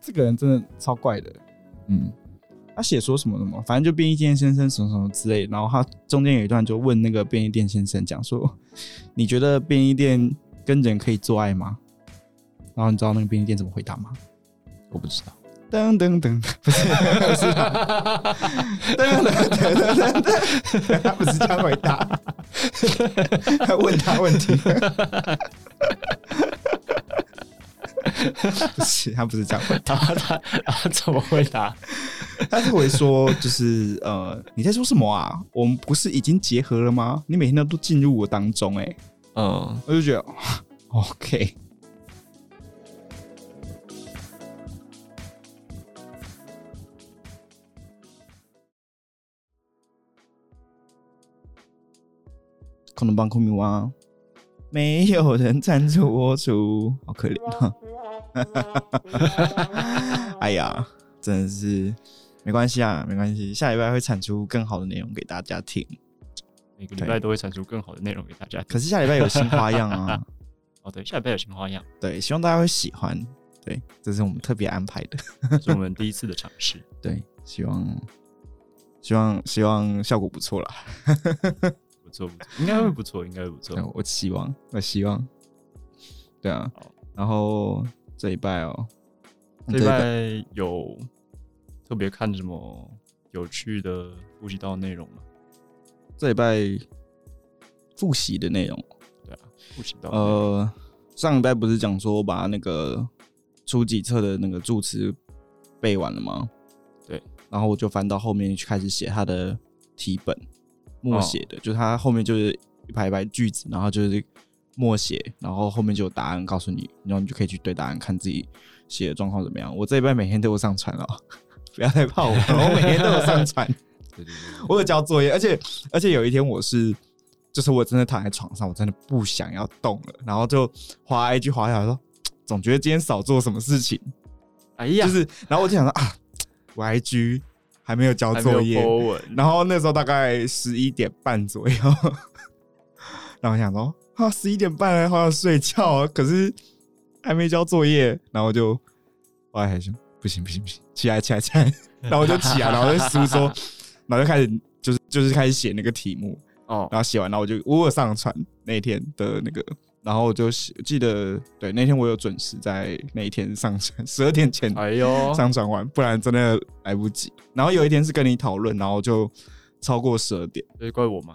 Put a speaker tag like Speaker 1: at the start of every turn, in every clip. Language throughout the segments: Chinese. Speaker 1: 这个人真的超怪的，嗯，他写说什么什么，反正就便利店先生什么什么之类，然后他中间有一段就问那个便利店先生讲说， 你觉得便利店跟人可以做爱吗？然后你知道那个便利店怎么回答吗？
Speaker 2: 我不知道。
Speaker 1: 噔噔噔， 不是，不是啊，噔噔噔噔噔， 他不是这样回答，还问 他问题， 不是，他不是这样回答，
Speaker 2: 他他他 怎么回答？
Speaker 1: 他是会说，就是呃，你在说什么啊？我们不是已经结合了吗？你每天都都进入我当中、欸，哎，
Speaker 2: 嗯，
Speaker 1: 我就觉得 哇 OK。恐龙帮空米蛙，没有人赞助播出，好可怜啊！ 哎呀，真的是没关系啊，没关系，下礼拜会产出更好的内容给大家听。
Speaker 2: 每个礼拜都会产出更好的内容给大家。
Speaker 1: 可是下礼拜有新花样啊，
Speaker 2: 哦，对，下礼拜有新花样，
Speaker 1: 对，希望大家会喜欢。对，这是我们特别安排的。
Speaker 2: 是我们第一次的尝试。
Speaker 1: 对，希望希望希望效果不错啦。
Speaker 2: 不错， 不错，应该会不错，应该会不错
Speaker 1: 对。我希望，我希望，对啊
Speaker 2: 好。
Speaker 1: 然后这一拜哦，
Speaker 2: 这礼拜有特别看什么有趣的顾及到内容吗？
Speaker 1: 这礼拜复习的内容，
Speaker 2: 对啊，顾及到内容
Speaker 1: 呃，上礼拜不是讲说把那个初几册的那个助词背完了吗？
Speaker 2: 对，
Speaker 1: 然后我就翻到后面去开始写他的题本，默写的，就他后面就是一排一排句子，然后就是默写，然后后面就有答案告诉你，然后你就可以去对答案看自己写的状况怎么样。我这一半每天都有上传了哦， 不要再怕我，我每天都有上传。
Speaker 2: 对对对，
Speaker 1: 我有交作业，而且而且有一天我是，就是我真的躺在床上，我真的不想要动了，然后就滑 IG 滑下来说，总觉得今天少做什么事情，
Speaker 2: 哎
Speaker 1: 就
Speaker 2: 呀，
Speaker 1: 是，然后我就想说啊，我 IG 还没有交
Speaker 2: 还没
Speaker 1: 作
Speaker 2: 有
Speaker 1: 业，
Speaker 2: 波文，
Speaker 1: 然后那时候大概十一点半左右， 然后我想说啊，十一点半了，好想睡觉啊，可是还没交作业，然后我就后来还是不行不行不行，起来起来起来， 然后我就起来，然后就书说，然后就开始就是就是开始写那个题目，
Speaker 2: 哦，
Speaker 1: 然后写完，然后我就我有上传那天的那个。然后我就写记得，对那天我有准时在那一天上传，十二点前
Speaker 2: 哎呦，
Speaker 1: 上传完，不然真的来不及。然后有一天是跟你讨论，然后就超过十二点，
Speaker 2: 这怪我吗？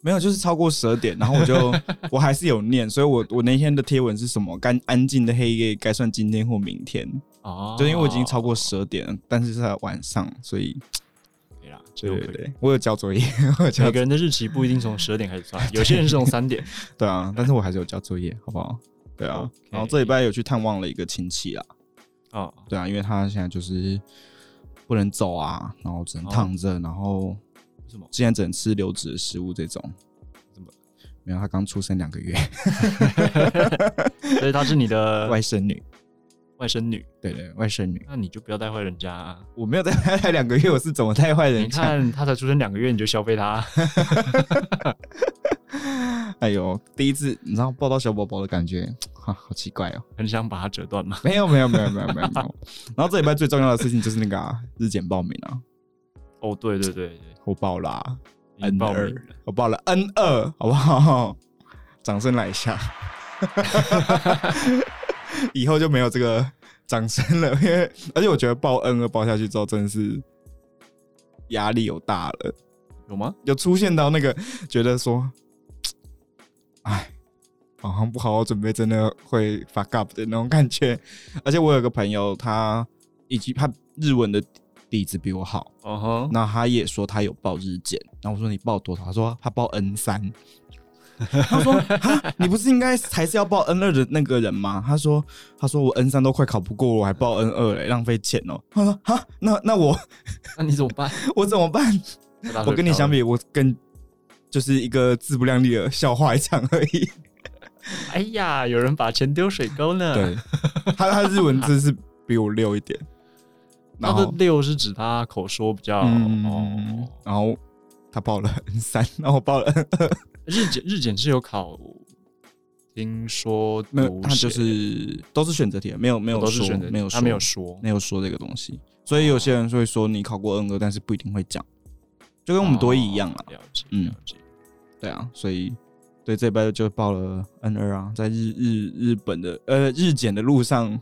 Speaker 1: 没有，就是超过十二点，然后我就我还是有念，所以我我那天的贴文是什么？干安静的黑夜该算今天或明天，
Speaker 2: 哦，
Speaker 1: 就因为我已经超过十二点了，但是是在晚上，所以
Speaker 2: 对啦，这
Speaker 1: 对
Speaker 2: 个
Speaker 1: 对
Speaker 2: 可以
Speaker 1: 对，我有交作业， 我有交
Speaker 2: 每个人的日期不一定从十二点开始
Speaker 1: 啊
Speaker 2: 算，有些人是从三点。
Speaker 1: 对啊，但是我还是有交作业，好不好？对啊
Speaker 2: OK
Speaker 1: 然后这礼拜有去探望了一个亲戚啊，
Speaker 2: 哦，
Speaker 1: 对啊，因为他现在就是不能走啊，然后只能躺着，然后
Speaker 2: 为 什么？
Speaker 1: 现在只能吃流质的食物这种。
Speaker 2: 怎么？
Speaker 1: 没有，她刚出生两个月，
Speaker 2: 所以她是你的
Speaker 1: 外甥女。
Speaker 2: 外甥女，
Speaker 1: 对对，外甥女。
Speaker 2: 那你就不要带坏人家啊！
Speaker 1: 我没有在她才两个月，我是怎么带坏
Speaker 2: 你
Speaker 1: 人家？
Speaker 2: 看她才出生两个月你就消费她，
Speaker 1: 哎呦，第一次你知道抱到小宝宝的感觉，哈，好奇怪哦。
Speaker 2: 很想把她折断吗？
Speaker 1: 没有没有没有没有没有没 有。然后这礼拜最重要的事情就是那个、啊、日检报名啊，
Speaker 2: 哦，对对对对，
Speaker 1: 我报啦、啊、
Speaker 2: 已经
Speaker 1: ，N
Speaker 2: 报名
Speaker 1: 二
Speaker 2: 了，
Speaker 1: 我报了 N 二，好不好？ 掌声来一 下。以后就没有这个掌声了， 因为而且我觉得报 N 二报下去之后，真的是压力有大了。
Speaker 2: 有吗？
Speaker 1: 有出现到那个觉得说，哎，好像不好好准备，真的会 fuck up 的那种感觉。而且我有个朋友，他以及他日文的底子比我好，
Speaker 2: 哦吼，
Speaker 1: 那他也说他有报日检，然后我说你报多少？他说他报 N 三。他说：“啊，你不是应该才是要报 N 二的那个人吗？”他说：“他说我 N 三都快考不过，我还报 N 二嘞，浪费钱哦。”他说：“啊，那那我
Speaker 2: 那你怎么办？
Speaker 1: 我怎么办？” 我跟你相，比，我更就是一个自不量力的笑话一场而已。
Speaker 2: 哎呀，有人把钱丢水沟呢。，，
Speaker 1: 他他日文真是比我溜一点，
Speaker 2: 他
Speaker 1: 然
Speaker 2: 的
Speaker 1: 后
Speaker 2: 六是指他口说比较
Speaker 1: 嗯
Speaker 2: 哦，，
Speaker 1: 然后他报了 N 三，然后我报了 N 二，
Speaker 2: 日检日检是有考听说
Speaker 1: 没有
Speaker 2: 读，
Speaker 1: 他就
Speaker 2: 写
Speaker 1: 是都是选择题，没有没有
Speaker 2: 我都是
Speaker 1: 说
Speaker 2: 选择题，
Speaker 1: 没有
Speaker 2: 他没有
Speaker 1: 说
Speaker 2: 说
Speaker 1: 没有说这个东西，所以有些人会说你考过 N 二，但是不一定会讲，就跟我们多一一样啊
Speaker 2: 哦。了解，
Speaker 1: 嗯
Speaker 2: 了解。
Speaker 1: 对啊，所以对这班就报了 N 二啊，在日日日本的呃日检的路上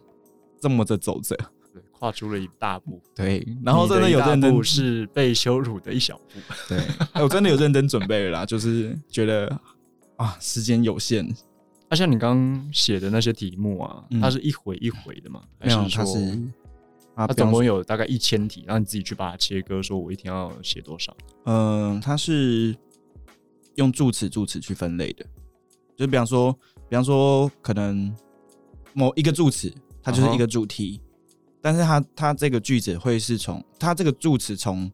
Speaker 1: 这么着走着，
Speaker 2: 对，跨出了一大步，
Speaker 1: 对，然后真的有
Speaker 2: 你一
Speaker 1: 认
Speaker 2: 大
Speaker 1: 真
Speaker 2: 步是被羞辱的一小步。
Speaker 1: 对，哎我真的有认真准备了啦，就是觉得啊时间有限，
Speaker 2: 那、像你刚刚写的那些题目啊，
Speaker 1: 嗯
Speaker 2: 它是一回一回的嘛？还
Speaker 1: 没有他
Speaker 2: 说
Speaker 1: 是啊，
Speaker 2: 它
Speaker 1: 不
Speaker 2: 总
Speaker 1: 用
Speaker 2: 共有大概一千题，然后你自己去把它切割，说我一天要写多少？
Speaker 1: 嗯，它是用助词助词去分类的，就比方说，比方说可能某一个助词，它就是一个主题，但是它它这个句子会是从它这个助词从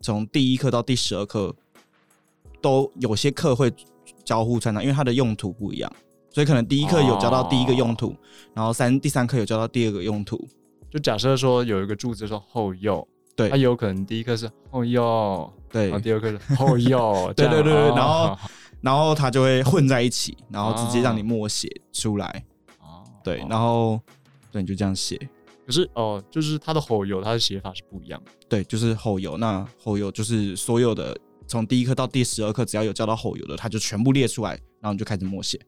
Speaker 1: 从第一课到第十二课都有些课会交互掺杂，因为它的用途不一样，所以可能第一课有教到第一个用途，然后三第三课有教到第二个用途，
Speaker 2: 就假设说有一个柱子说后右，
Speaker 1: 对
Speaker 2: 它有可能第一课是后右，
Speaker 1: 对
Speaker 2: 然后第二课是后右，
Speaker 1: 对对对对
Speaker 2: 这样
Speaker 1: 然后
Speaker 2: 哦
Speaker 1: 然后它就会混在一起，然后直接让你默写出来。
Speaker 2: 哦
Speaker 1: 对，
Speaker 2: 哦
Speaker 1: 然后对你就这样写，
Speaker 2: 可是哦，就是它的后右，它的写法是不一样的。
Speaker 1: 对，就是后游。那后游就是所有的从第一课到第十二课，只要有教到后游的，它就全部列出来，然后你就开始默写。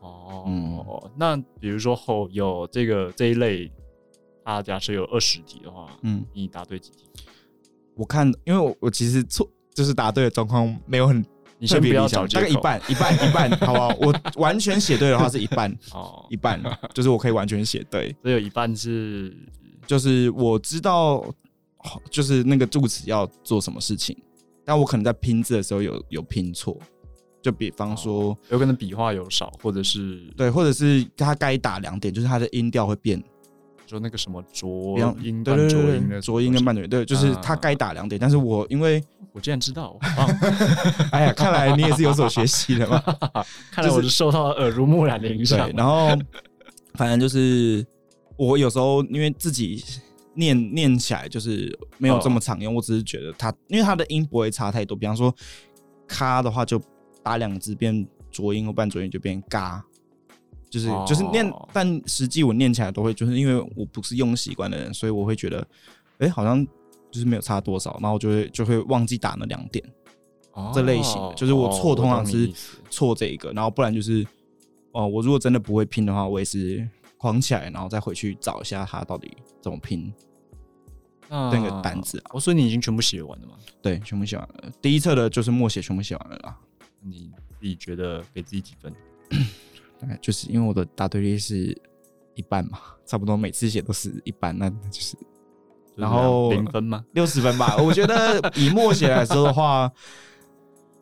Speaker 2: 哦，
Speaker 1: 嗯
Speaker 2: 那比如说后有这个这一类，它假设有二十题的话，
Speaker 1: 嗯，
Speaker 2: 你答对几题？
Speaker 1: 我看，因为我我其实错就是答对的状况没有很
Speaker 2: 你
Speaker 1: 特
Speaker 2: 先不
Speaker 1: 别
Speaker 2: 要
Speaker 1: 理
Speaker 2: 找
Speaker 1: 想，
Speaker 2: 借
Speaker 1: 大
Speaker 2: 口
Speaker 1: 概一半一半一半，好不好？我完全写对的话是一半
Speaker 2: 哦，
Speaker 1: 一半，就是我可以完全写对，
Speaker 2: 所以有一半是
Speaker 1: 就是我知道就是那个助词要做什么事情，但我可能在拼字的时候有有拼错，就比
Speaker 2: 哦
Speaker 1: 方说。
Speaker 2: 有可能笔画有少，或者是
Speaker 1: 对，或者是他该打两点，就是他的音调会变，
Speaker 2: 说那个什么浊
Speaker 1: 比方
Speaker 2: 音、
Speaker 1: 对对
Speaker 2: 半浊
Speaker 1: 对
Speaker 2: 音
Speaker 1: 对，
Speaker 2: 的啊
Speaker 1: 浊音跟半浊音，对，就是他该打两点，但是我因为，
Speaker 2: 我竟然知道，好棒
Speaker 1: 哎呀，看来你也是有所学习的嘛，
Speaker 2: 看来我是受到耳濡目染的影
Speaker 1: 对
Speaker 2: 响，。
Speaker 1: 然后反正就是我有时候因为自己念念起来就是没有这么常用，我只是觉得它，因为它的音不会差太多，比方说咔的话就打两个字变浊音或半浊音就变嘎。就是
Speaker 2: 哦
Speaker 1: 就是念，但实际我念起来都会，就是因为我不是用习惯的人，所以我会觉得，哎、好像就是没有差多少，然后我就会就会忘记打那两点。
Speaker 2: 哦
Speaker 1: 这类型的就是我错通常是错这一个，然后不然就是，哦、我如果真的不会拼的话，我也是框起来，然后再回去找一下它到底怎么拼
Speaker 2: 那
Speaker 1: 那个单。字啊。
Speaker 2: 哦，所以你已经全部写完了吗？
Speaker 1: 对，全部写完了。第一册的就是默写，全部写完了啦。
Speaker 2: 你自己觉得给自己几分？
Speaker 1: 大概就是因为我的答对率是一半嘛，差不多每次写都是一半，那那就是
Speaker 2: 就是
Speaker 1: 然后
Speaker 2: 零分吗？
Speaker 1: 六十分吧。我觉得以默写来说的话，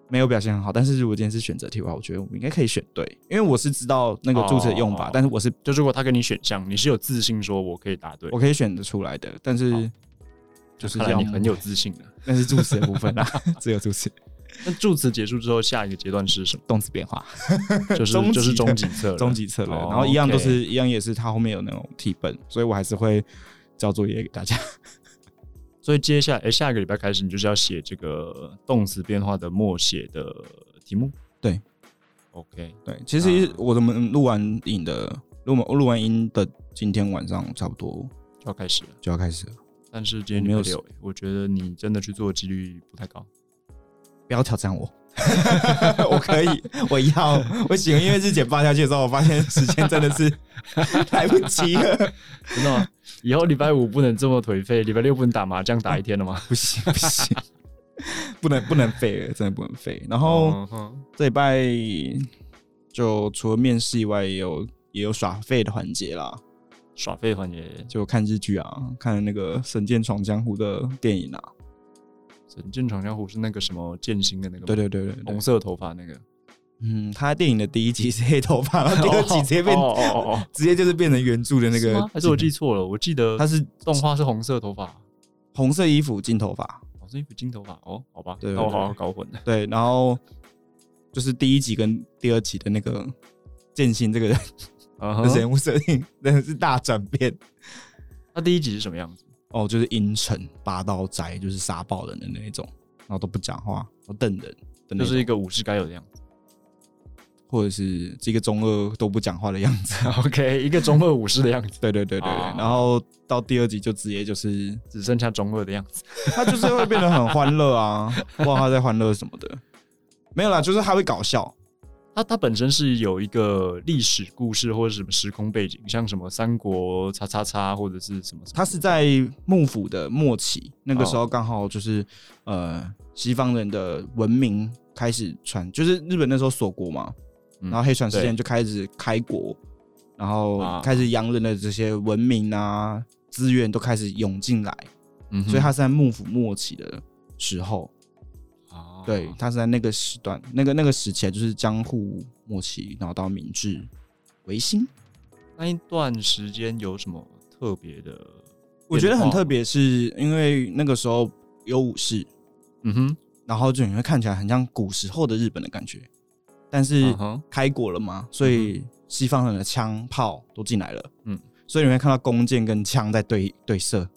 Speaker 1: 没有表现很好。但是如果今天是选择题的话，我觉得我们应该可以选对，因为我是知道那个注册用法，
Speaker 2: 哦
Speaker 1: 但是我是
Speaker 2: 就如果他给你选项，你是有自信说我可以答对，
Speaker 1: 我可以选得出来的，但是。就是
Speaker 2: 看
Speaker 1: 这
Speaker 2: 来
Speaker 1: 样
Speaker 2: 你，很有自信的、啊。
Speaker 1: 那是助词的部分啊， 只有助词
Speaker 2: 那助词结束之后，下一个阶段是什么？
Speaker 1: 动词变化，
Speaker 2: 就是
Speaker 1: 终极
Speaker 2: 就是终极策略，
Speaker 1: 终极策略，
Speaker 2: 哦
Speaker 1: 然后一样
Speaker 2: OK
Speaker 1: 都是一样也是它后面有那种题本，所以我还是会交作业给大家。
Speaker 2: 所以接下来，哎、下一个礼拜开始，你就是要写这个动词变化的默写的题目。
Speaker 1: 对
Speaker 2: ，OK，
Speaker 1: 对，其实
Speaker 2: 啊
Speaker 1: 我怎么录完影的，录完录完音的今天晚上差不多
Speaker 2: 就要开始了。
Speaker 1: 就要开始了，
Speaker 2: 但是今天
Speaker 1: 没有
Speaker 2: 礼拜六，诶我觉得你真的去做的几率不太高。
Speaker 1: 不要挑战我。 我可以，我要，我喜欢，因为日检发下去的时候，我发现时间真的是 来不及了，
Speaker 2: 真的吗？以后礼拜五不能这么颓废，礼拜六不能打麻将打一天了吗？
Speaker 1: 不行不行， 不能不能废了，真的不能废。然后、
Speaker 2: 嗯哼
Speaker 1: 这礼拜就除了面试以外，也有也有耍废的环节啦，
Speaker 2: 耍废环节，
Speaker 1: 就看日剧啊，看那个《神剑闯江湖》的电影啊。
Speaker 2: 神剑闯江湖是那个什么剑心的那个吗，哦
Speaker 1: 对对对对对
Speaker 2: 红，色头发那个，
Speaker 1: 嗯，他电影的第一集是黑头 发，然后第二集直接变、
Speaker 2: 哦哦哦哦，
Speaker 1: 直接就是变成原著的那
Speaker 2: 是
Speaker 1: 个
Speaker 2: 吗，还是我记错了？我记得
Speaker 1: 他是
Speaker 2: 动画是红色头发，
Speaker 1: 红色衣服金头发，
Speaker 2: 哦，这衣服金头发哦，好吧，
Speaker 1: 对对
Speaker 2: 那我好
Speaker 1: 对
Speaker 2: 好搞混了。
Speaker 1: 对，然后就是第一集跟第二集的那个剑心这个人
Speaker 2: 嗯
Speaker 1: 的
Speaker 2: 哼，
Speaker 1: 人物设定真的是大转变。
Speaker 2: 那第一集是什么样子？
Speaker 1: 哦，就是阴沉、拔刀斋，就是杀爆人的那一种，然后都不讲话，然后瞪人的那
Speaker 2: 就
Speaker 1: 种，
Speaker 2: 是一个武士该有的样子。
Speaker 1: 或者是这个中二都不讲话的样 子。
Speaker 2: OK，一个中二武士的样子，
Speaker 1: 对对对对对，
Speaker 2: 哦
Speaker 1: 然后到第二集就直接就是
Speaker 2: 只剩下中二的样子。
Speaker 1: 他就是会变得很欢乐啊， 不知道他在欢乐什么的。没有啦，就是他会搞笑，
Speaker 2: 它它本身是有一个历史故事或者什么时空背景，像什么三国叉叉叉或者是什么什么，
Speaker 1: 他是在幕府的末期，那个时
Speaker 2: 哦
Speaker 1: 候刚好就是、呃西方人的文明开始传，就是日本那时候锁国嘛，
Speaker 2: 嗯
Speaker 1: 然后黑船事件就开始开国，然后
Speaker 2: 啊
Speaker 1: 开始洋人的这些文明啊资源都开始涌进来，
Speaker 2: 嗯哼
Speaker 1: 所以他是在幕府末期的时候，
Speaker 2: 哦
Speaker 1: 对他是在那个时段，那个那个时期啊就是江户末期，然后到明治维新。
Speaker 2: 那一段时间有什么特别的？
Speaker 1: 我觉得很特，别，是因为那个时候有武士，
Speaker 2: 嗯哼，
Speaker 1: 然后就你会看起来很像古时候的日本的感觉，但是
Speaker 2: 嗯哼，
Speaker 1: 开国了嘛，所以西方人的枪炮都进来了，嗯
Speaker 2: 嗯，
Speaker 1: 所以你会看到弓箭跟枪在对对射，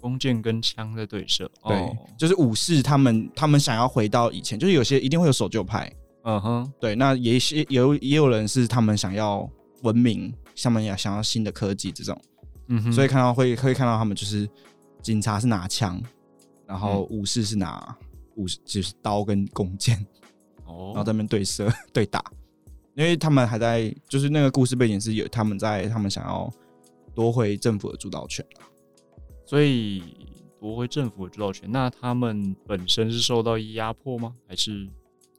Speaker 2: 弓箭跟枪在对射，
Speaker 1: 对，
Speaker 2: 哦
Speaker 1: 就是武士他们他们想要回到以前，就是有些一定会有守旧派，
Speaker 2: 嗯哼，
Speaker 1: 对，那也些有也有人是他们想要文明，他们也想要新的科技这种，
Speaker 2: 嗯哼，
Speaker 1: 所以看到会会看到他们就是警察是拿枪，然后
Speaker 2: 嗯
Speaker 1: 武士是拿武士就是刀跟弓箭，然后
Speaker 2: 哦
Speaker 1: 在，那边对射 对打，因为他们还在就是那个故事背景是有他们在他们想要夺回政府的主导权，
Speaker 2: 所以夺回政府的主导权，那他们本身是受到压迫吗？还是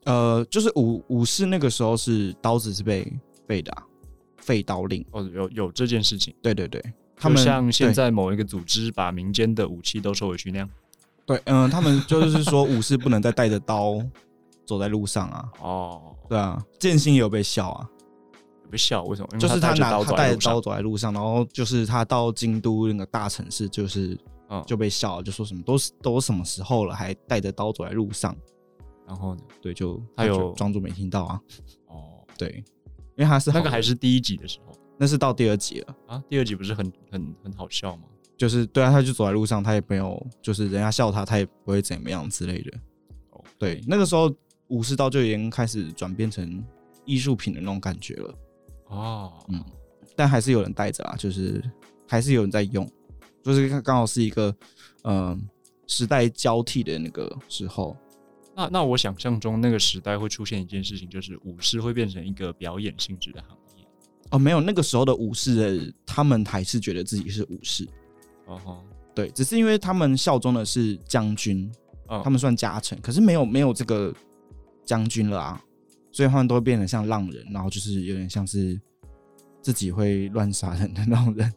Speaker 1: 呃，就是武武士那个时候是刀子是被被打，废刀令，
Speaker 2: 哦有有这件事情？
Speaker 1: 对对对，他
Speaker 2: 就
Speaker 1: 们
Speaker 2: 像
Speaker 1: 对
Speaker 2: 现在某一个组织把民间的武器都收回去那样？
Speaker 1: 对，嗯、他们就是说武士不能再带着刀走在路上啊。
Speaker 2: 哦，
Speaker 1: 对啊，剑心也有被笑啊，
Speaker 2: 被笑为什么？因为
Speaker 1: 就是
Speaker 2: 嗯他
Speaker 1: 他拿
Speaker 2: 刀
Speaker 1: 他带着刀，走在路上，然后就是他到京都那个大城市，就是
Speaker 2: 嗯，
Speaker 1: 就被笑了，就说什么都是都什么时候了，还带着刀走在路上，
Speaker 2: 然后呢？
Speaker 1: 对，就
Speaker 2: 他有
Speaker 1: 就装作没听到啊，
Speaker 2: 哦，
Speaker 1: 对，因为他是
Speaker 2: 那个还
Speaker 1: 是
Speaker 2: 是第一集的时候
Speaker 1: 那是到第二集了，
Speaker 2: 啊，第二集不是很很很好笑吗？
Speaker 1: 就是对啊，他就走在路上，他也没有就是人家笑他，他也不会怎么样之类的，
Speaker 2: 哦，
Speaker 1: 对，那个时候武士刀就已经开始转变成艺术品的那种感觉了。
Speaker 2: 哦，
Speaker 1: 嗯但还是有人带着啊，就是还是有人在用，就是刚好是一个嗯、呃时代交替的那个时候。
Speaker 2: 那那我想象中那个时代会出现一件事情，就是武士会变成一个表演性质的行业。
Speaker 1: 哦，没有，那个时候的武士的他们还是觉得自己是武士，
Speaker 2: 哦吼，
Speaker 1: 对，只是因为他们效忠的是将军，
Speaker 2: 嗯
Speaker 1: 他们算家臣，可是没有没有这个将军了啊，所以他们都会变得像浪人，然后就是有点像是自己会乱杀人的那种人，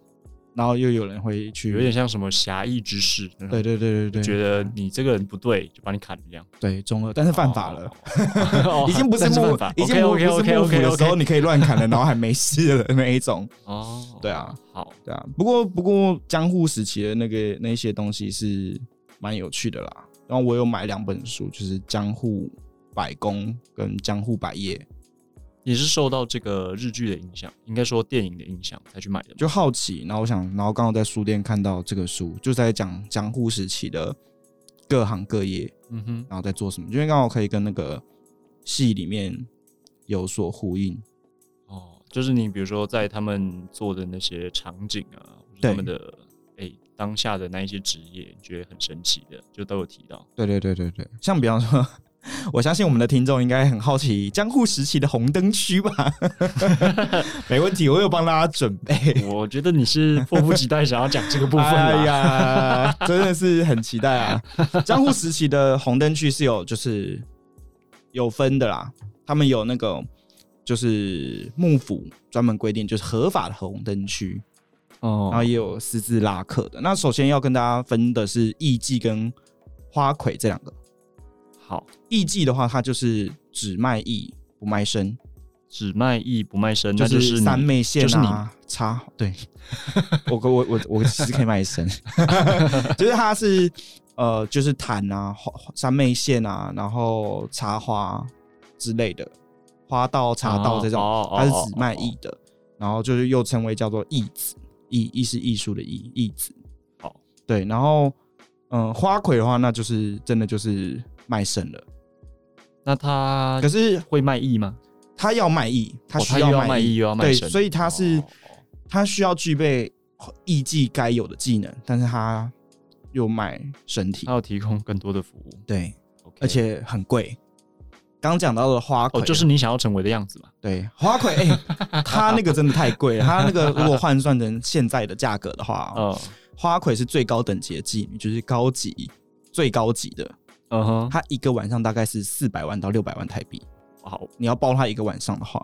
Speaker 1: 然后又有人会去，
Speaker 2: 有点像什么侠义之士，那种
Speaker 1: 对对对对
Speaker 2: 觉
Speaker 1: 对
Speaker 2: 得你这个人不对，就把你砍了这样。
Speaker 1: 对中二，但是犯法了。
Speaker 2: 哦，
Speaker 1: 已经不是
Speaker 2: 但
Speaker 1: 幕
Speaker 2: 犯法，
Speaker 1: 已经不不
Speaker 2: OK
Speaker 1: 是
Speaker 2: OK
Speaker 1: 幕府
Speaker 2: OK
Speaker 1: 的时候，
Speaker 2: OK
Speaker 1: 你可以乱砍了，然后还没事的那一种，
Speaker 2: 哦，
Speaker 1: 对啊，
Speaker 2: 好，
Speaker 1: 对啊。不过不过江户时期的那个那些东西是蛮有趣的啦。然后我有买两本书，就是《江户百工》跟《江户百业
Speaker 2: 也是受到这个日剧的影响，应该说电影的影响才去买的》，嘛。
Speaker 1: 就好奇，然后我想，然后刚好在书店看到这个书，就在讲江户时期的各行各业，
Speaker 2: 嗯哼，
Speaker 1: 然后在做什么，因为刚好可以跟那个戏里面有所呼应。
Speaker 2: 哦，就是你比如说在他们做的那些场景啊，或者
Speaker 1: 对
Speaker 2: 他们的哎、当下的那一些职业，你觉得很神奇的，就都有提到。
Speaker 1: 对对对对对，像比方说， 我相信我们的听众应该很好奇江户时期的红灯区吧？ 没问题，我有帮大家准备。
Speaker 2: 我觉得你是迫不及待想要讲这个部分啦。
Speaker 1: 哎呀，真的是很期待啊！江户时期的红灯区是有就是有分的啦，他们有那个就是幕府专门规定，就是合法的红灯区，
Speaker 2: 哦
Speaker 1: 然后也有私自拉客的。那首先要跟大家分的是艺妓跟花魁这两个。
Speaker 2: 好，
Speaker 1: 艺妓的话，它就是只卖艺不卖身，
Speaker 2: 只卖艺不卖身，那
Speaker 1: 是
Speaker 2: 是
Speaker 1: 三
Speaker 2: 你哦
Speaker 1: 昧线
Speaker 2: 就是你
Speaker 1: 啊，插对， 我我我我其实可以卖身， 就是它是呃就是檀啊、花三昧线啊，然后茶花之类的花道、茶道这种，
Speaker 2: 哦哦哦
Speaker 1: 它是只卖艺的，然后就是又称为叫做艺子，艺艺是艺术的艺，艺子。
Speaker 2: 好，
Speaker 1: 对，然后嗯、花魁的话，那就是真的就是卖身了，
Speaker 2: 哦那他
Speaker 1: 可是
Speaker 2: 会卖艺吗？
Speaker 1: 他要卖艺，他
Speaker 2: 哦
Speaker 1: 需
Speaker 2: 又要
Speaker 1: 卖
Speaker 2: 卖艺又要卖
Speaker 1: 对，
Speaker 2: 身
Speaker 1: 所以他是、
Speaker 2: 哦
Speaker 1: 他需要具备艺伎该有的技能，但是他又卖身体
Speaker 2: 他，要提供更多的服务
Speaker 1: 对，
Speaker 2: 哦，OK
Speaker 1: 而且很贵。刚讲到的花魁，
Speaker 2: 哦，就是你想要成为的样子嘛。
Speaker 1: 对花魁，哎、他那个真的太贵了，他那 个如果换算成现在的价格的话，
Speaker 2: 嗯
Speaker 1: 花魁是最高等级的妓女，就是高级最高级的，
Speaker 2: 嗯哼，
Speaker 1: 她一个晚上大概是四百万到六百万台币，
Speaker 2: 好，
Speaker 1: 你要包她一个晚上的话，